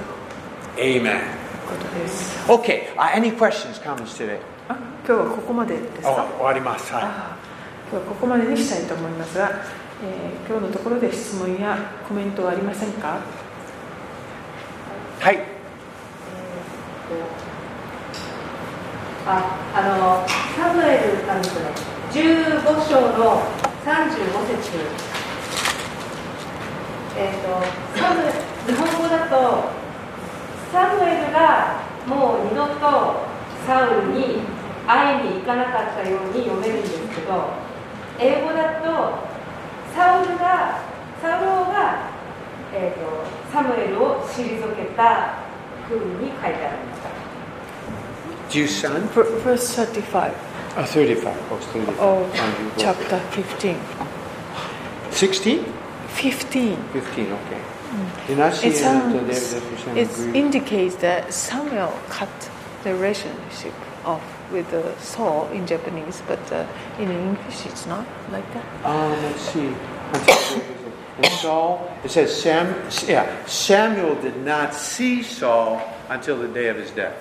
Speaker 2: という
Speaker 1: Amen.
Speaker 2: ことです
Speaker 1: Okay. Uh, any questions, comments today?
Speaker 2: あ今日はここまでですか、
Speaker 1: Oh, 終わります。はい。
Speaker 2: あ今日はここまでにしたいと思いますが、えー今日のところで質問やコメントはありませんか
Speaker 1: はい。
Speaker 4: ああのサムエルなんですよ15章の35節えっ、とサム日本語だとサムエルがもう二度とサウルに会いに行かなかったように読めるんですけど英語だとサウルがサウローが、えー、とサムエルを退けた風に書いてあります。
Speaker 1: 13?
Speaker 3: Ver- Verse 35
Speaker 1: Uh, 35. Oh, 35.
Speaker 3: of
Speaker 1: Oh, you go.
Speaker 3: chapter 15.
Speaker 1: 16?
Speaker 3: 15.
Speaker 1: 15, okay. Did I see
Speaker 3: It
Speaker 1: it after
Speaker 3: sounds,
Speaker 1: David Jefferson
Speaker 3: it
Speaker 1: agreed?
Speaker 3: indicates that Samuel cut the relationship off with the Saul in Japanese, but uh, in English it's not like that.
Speaker 1: Um, let's see. And Saul, it says Sam, yeah, Samuel did not see Saul until the day of his death.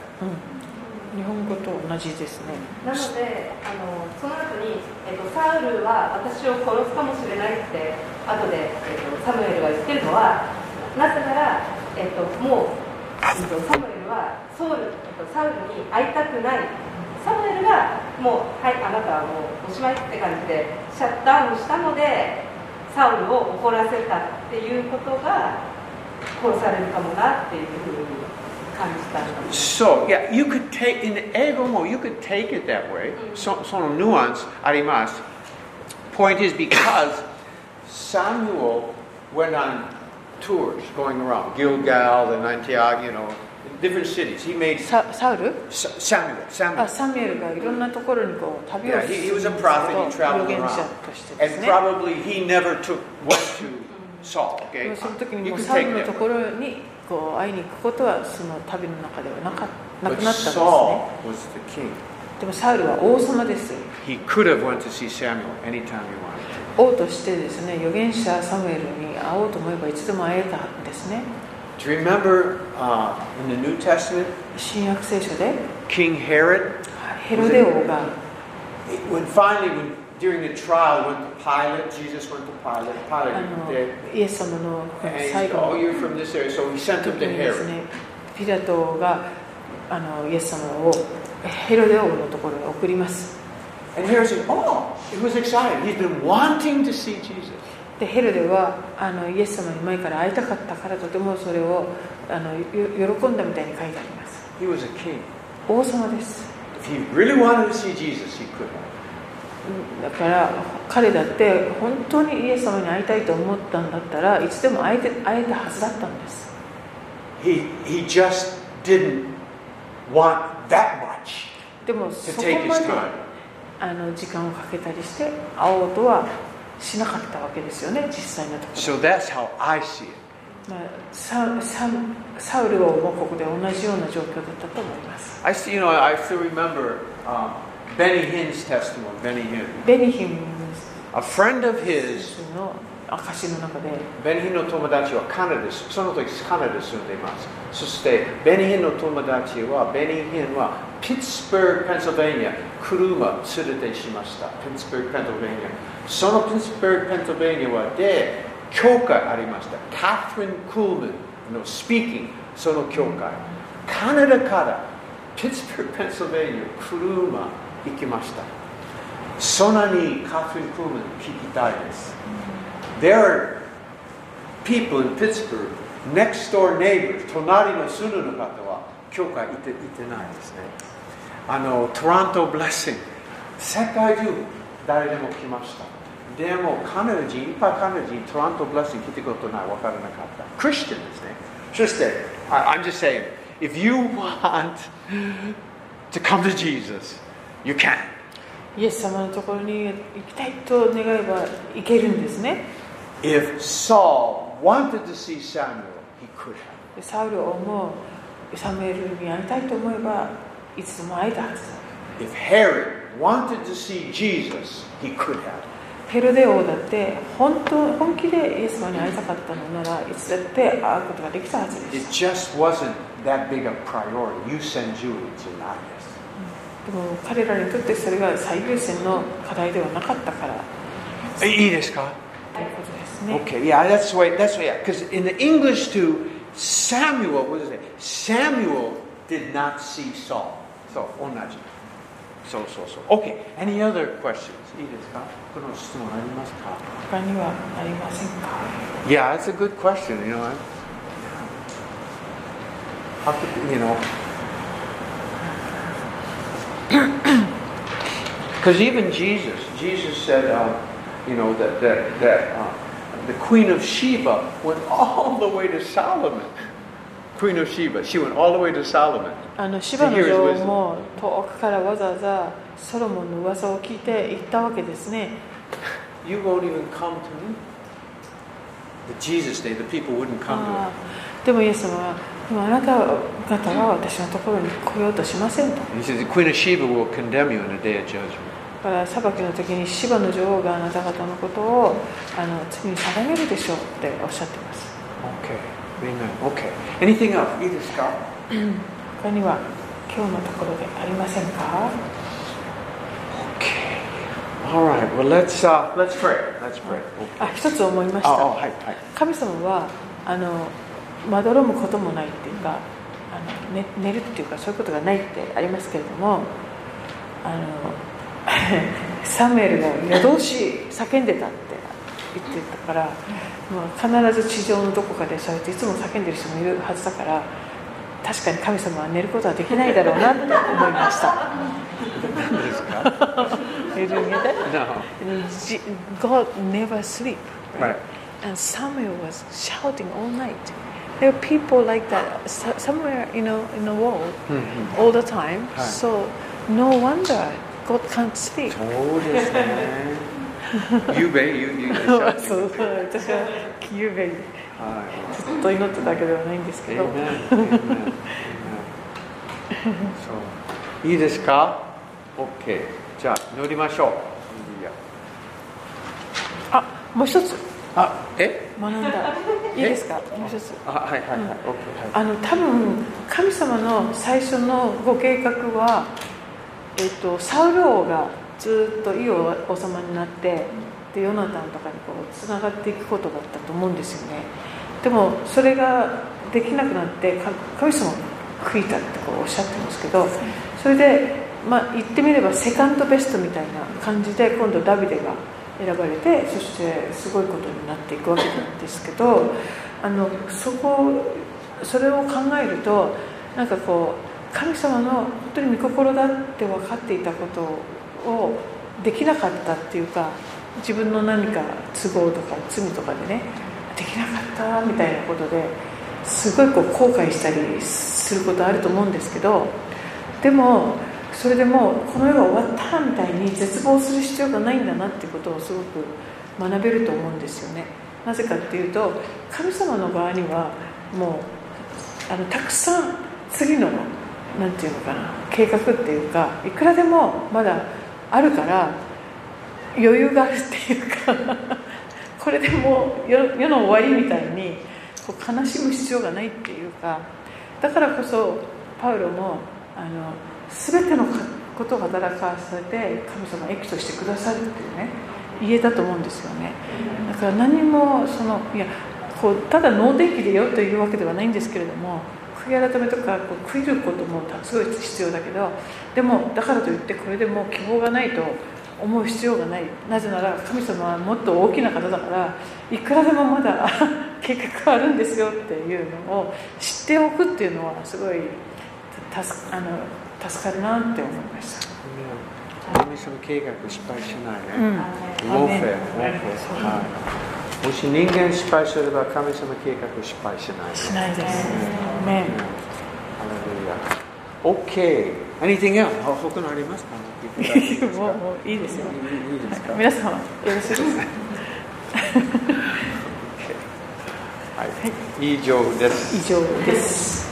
Speaker 2: 日本語と同じですね
Speaker 4: なので、あのその後に、えっと、サウルは私を殺すかもしれないって、後で、えっと、サムエルが言ってるのは、なぜなら、えっと、もう、えっと、サムエルはソウル、えっと、サウルに会いたくない、サムエルがもう、はい、あなたはもうおしまいって感じで、シャットダウンしたので、サウルを怒らせたっていうことが、殺されるかもなっていうふうに感じたの
Speaker 1: So, yeah, you could take, in Egomo, you could take it that way. So, so nuance, arimas. Point is because Samuel went on tours going around Gilgal and Antioch, you know, different cities. He made
Speaker 2: ササウル
Speaker 1: Sa- Samuel,
Speaker 2: あ
Speaker 1: Samuel.
Speaker 2: サミュエルがいろんなところにこう旅を
Speaker 1: Yeah,
Speaker 2: する
Speaker 1: he,
Speaker 2: ん
Speaker 1: he
Speaker 2: です
Speaker 1: was
Speaker 2: けど
Speaker 1: a prophet, he
Speaker 2: 預
Speaker 1: traveled
Speaker 2: 言者
Speaker 1: around.
Speaker 2: としてで
Speaker 1: And
Speaker 2: すね
Speaker 1: probably he never took went to Saul.
Speaker 2: で
Speaker 1: Okay,
Speaker 2: もその時に
Speaker 1: you
Speaker 2: もう
Speaker 1: can
Speaker 2: サウ
Speaker 1: take
Speaker 2: ルのと
Speaker 1: that.
Speaker 2: ころにこう会いに行くことはその旅の中ではなかなく
Speaker 1: But
Speaker 2: なったんですね
Speaker 1: Saul was the king.
Speaker 2: でもサウルは王様です
Speaker 1: He could have went to see Samuel anytime he wanted.
Speaker 2: 王としてですね預言者サムエルに会おうと思えばいつでも会えたんですね
Speaker 1: Do you remember uh, in the New Testament,
Speaker 2: 新約聖書で
Speaker 1: King Herod?
Speaker 2: ヘロデ王が
Speaker 1: It- When finally, when, during the trial, went to Pilate. Jesus went to Pilate.
Speaker 2: あ
Speaker 1: Pilate did.
Speaker 2: のイエス様の
Speaker 1: And he
Speaker 2: 最
Speaker 1: said,
Speaker 2: 後
Speaker 1: "Oh,
Speaker 2: の
Speaker 1: you're from this area," so he sent
Speaker 2: 時
Speaker 1: him
Speaker 2: に
Speaker 1: to
Speaker 2: です
Speaker 1: Herod.
Speaker 2: ねピラトがあのイエス様をヘロデ王のところに送ります
Speaker 1: And Herod said, "Oh, he was excited. He's been wanting to see Jesus."
Speaker 2: でヘロデはあのイエス様に前から会いたかったからとてもそれをあのよ喜んだみたいに書いてあります
Speaker 1: He was a king.
Speaker 2: 王様です
Speaker 1: If he really wanted to see Jesus, he could have.
Speaker 2: だから彼だって本当にイエス様に会いたいと思ったんだったらいつでも会えて会えたはずだったんです
Speaker 1: He, he just didn't want that much
Speaker 2: でもそ
Speaker 1: to
Speaker 2: こ
Speaker 1: take
Speaker 2: ま
Speaker 1: his
Speaker 2: で
Speaker 1: time.
Speaker 2: あの時間をかけたりして会おうとはしなかったわけですよね実際のところ
Speaker 1: So that's how I see it.
Speaker 2: まあ、サササウル王もここで同じような状況だったと思います
Speaker 1: I still, you know, I still remember um, Benny Hinn's testimony. Benny Hinn,
Speaker 2: ベニヒム
Speaker 1: a friend of his.
Speaker 2: の証の中で
Speaker 1: Benny Hinn の友達はカナダです。その時カナダに住んでいます。そして、ベニヒンの友達は、ベニヒンはピッツバーグ、ペンシルベニア、車連れてしました。ピッツバーグ、ペンシルベニア。そのピッツバーグ、ペンシルベニアはで、教会ありました。カトリン・クールマンのスピーキング、その教会。カナダからピッツバーグ、ペンシルベニア、車行きました。そんなにカトリン・クールマン聞きたいです。There are people in Pittsburgh, next door neighbors, 隣の住むの方は、教会行って行ってないですね。あの、トラントブレッシング、世界中誰でも来ました。でも、カナダ人、いっぱいカナダ人、トラントブレッシング来たことない、分からなかった。クリスチャンですね。そして、I, I'm just saying, if you want to come to Jesus, you can.
Speaker 2: イエス様のところに行きたいと願えば行けるんですね
Speaker 1: If Saul wanted to see Samuel, he could have.
Speaker 2: でサウル王もサムエルに会いたいと思えばいつでも会えたはずだ
Speaker 1: If Herod wanted to see Jesus, he could have.
Speaker 2: ヘロデ王だって本当本気でイエス様に会いたかったのならいつだって会うことができたはずです
Speaker 1: It just wasn't that big a priority. You send Julie to Nagas.
Speaker 2: でも彼らにとってそれが最優先の課題ではなかったからということですね、
Speaker 1: Okay, yeah, that's the way. That's the way. yeah. Because in the English too, Samuel. What is it? Samuel did not see Saul. So onaji. So so so. Okay. Any other questions? いいですか？この質問ありますか？
Speaker 2: 他にはありませんか
Speaker 1: Yeah, that's a good question. You know, I, how could, you know, because even Jesus, Jesus said, uh, you know, that that that uh, the Queen of Sheba went all the way to Solomon. Queen of Sheba, she went all the way to Solomon.
Speaker 2: あの芝の女王も遠くからわざわざソロモンの噂を聞いて行ったわけですね
Speaker 1: You won't even come to me. The Jesus day, the people wouldn't come to him.
Speaker 2: ああでもイエス様はでもあなた方は私のところに来ようとしませんと
Speaker 1: He says, the Queen of Sheba will condemn you in the day of judgment.
Speaker 2: だから裁きの時に芝の女王があなた方のことをあの罪に定めるでしょうっておっしゃってます
Speaker 1: Okay, amen. Okay. Anything else? いいですか
Speaker 2: 他には今日のところでありませんか
Speaker 1: Okay. All right. Well, let's uh, let's pray. Let's pray. Oh,
Speaker 2: あ一つ思いました、
Speaker 1: あ、あ、はい、はい。
Speaker 2: 神様はあのまどろむこともないっていうかあの、ね、寝るっていうかそういうことがないってありますけれどもあの サムエルが夜通し叫んでたって言ってたから、まあ、必ず地上のどこかでそうやっていつも叫んでる人もいるはずだから確かに神様は寝ることはできないだろうなって思いました
Speaker 3: You didn't get that?
Speaker 1: No.
Speaker 3: G- God never sleep.
Speaker 1: Right.
Speaker 3: And Samuel was shouting all night. There are people like that s- somewhere, you know, in the world all the time.
Speaker 1: Right.
Speaker 3: So no wonder God can't sleep.
Speaker 1: そうですね。ゆうべ、ゆう、ゆう、
Speaker 2: そう 私はゆうべに
Speaker 1: はい。
Speaker 2: ずっと祈ってたわけではないんですけど
Speaker 1: Amen. Amen. So, いいですか ?OK。じゃあ、乗りましょう。いいや
Speaker 2: あもう一つ
Speaker 1: あ、え
Speaker 2: 学んだいいですかもう一つ
Speaker 1: あ、はい、はい、はい。OK。はい
Speaker 2: あの多分神様の最初のご計画は、えっと、サウル王がずっといいお王様になってでヨナタンとかにこうつながっていくことだったと思うんですよねでもそれができなくなってか神様悔いたってこうおっしゃってますけどそれで、まあ、言ってみればセカンドベストみたいな感じで今度ダビデが選ばれてそしてすごいことになっていくわけなんですけどあのそこそれを考えるとなんかこう神様の本当に御心だって分かっていたことをできなかったっていうか自分の何か都合とか罪とかでねできなかったみたいなことですごいこう後悔したりすることあると思うんですけどでもそれでもうこの世が終わったみたいに絶望する必要がないんだなっていうことをすごく学べると思うんですよね。なぜかっていうと神様の場合にはもうあのたくさん次のなんていうのかな計画っていうかいくらでもまだあるから余裕があるっていうか これでもう世世の終わりみたいにこう悲しむ必要がないっていうかだからこそパウロもあの全てのかことを働かせて神様エクトしてくださるっていうね言えたと思うんですよねだから何もそのいやこうただ脳電気でよというわけではないんですけれども悔い改めとかこう悔いることもすごい必要だけどでもだからといってこれでもう希望がないと思う必要がないなぜなら神様はもっと大きな方だからいくらでもまだ 計画はあるんですよっていうのを知っておくっていうのはすごいた助あの助かるなって思いました。
Speaker 1: 神様計画失敗しないね。
Speaker 4: あ
Speaker 1: ウ
Speaker 4: の
Speaker 1: ォーフェア、ウォーフェア。はい。もし人間失敗すれば神様計画失敗しないね。
Speaker 2: しないです。
Speaker 1: Amen.
Speaker 2: Amen.
Speaker 1: Hallelujah. Okay. Anything else? あ他のありますか
Speaker 2: もうもういいですよ。
Speaker 1: いいいいですか
Speaker 2: 皆様よろしいですか。
Speaker 1: はい。以上です。
Speaker 2: 以上です。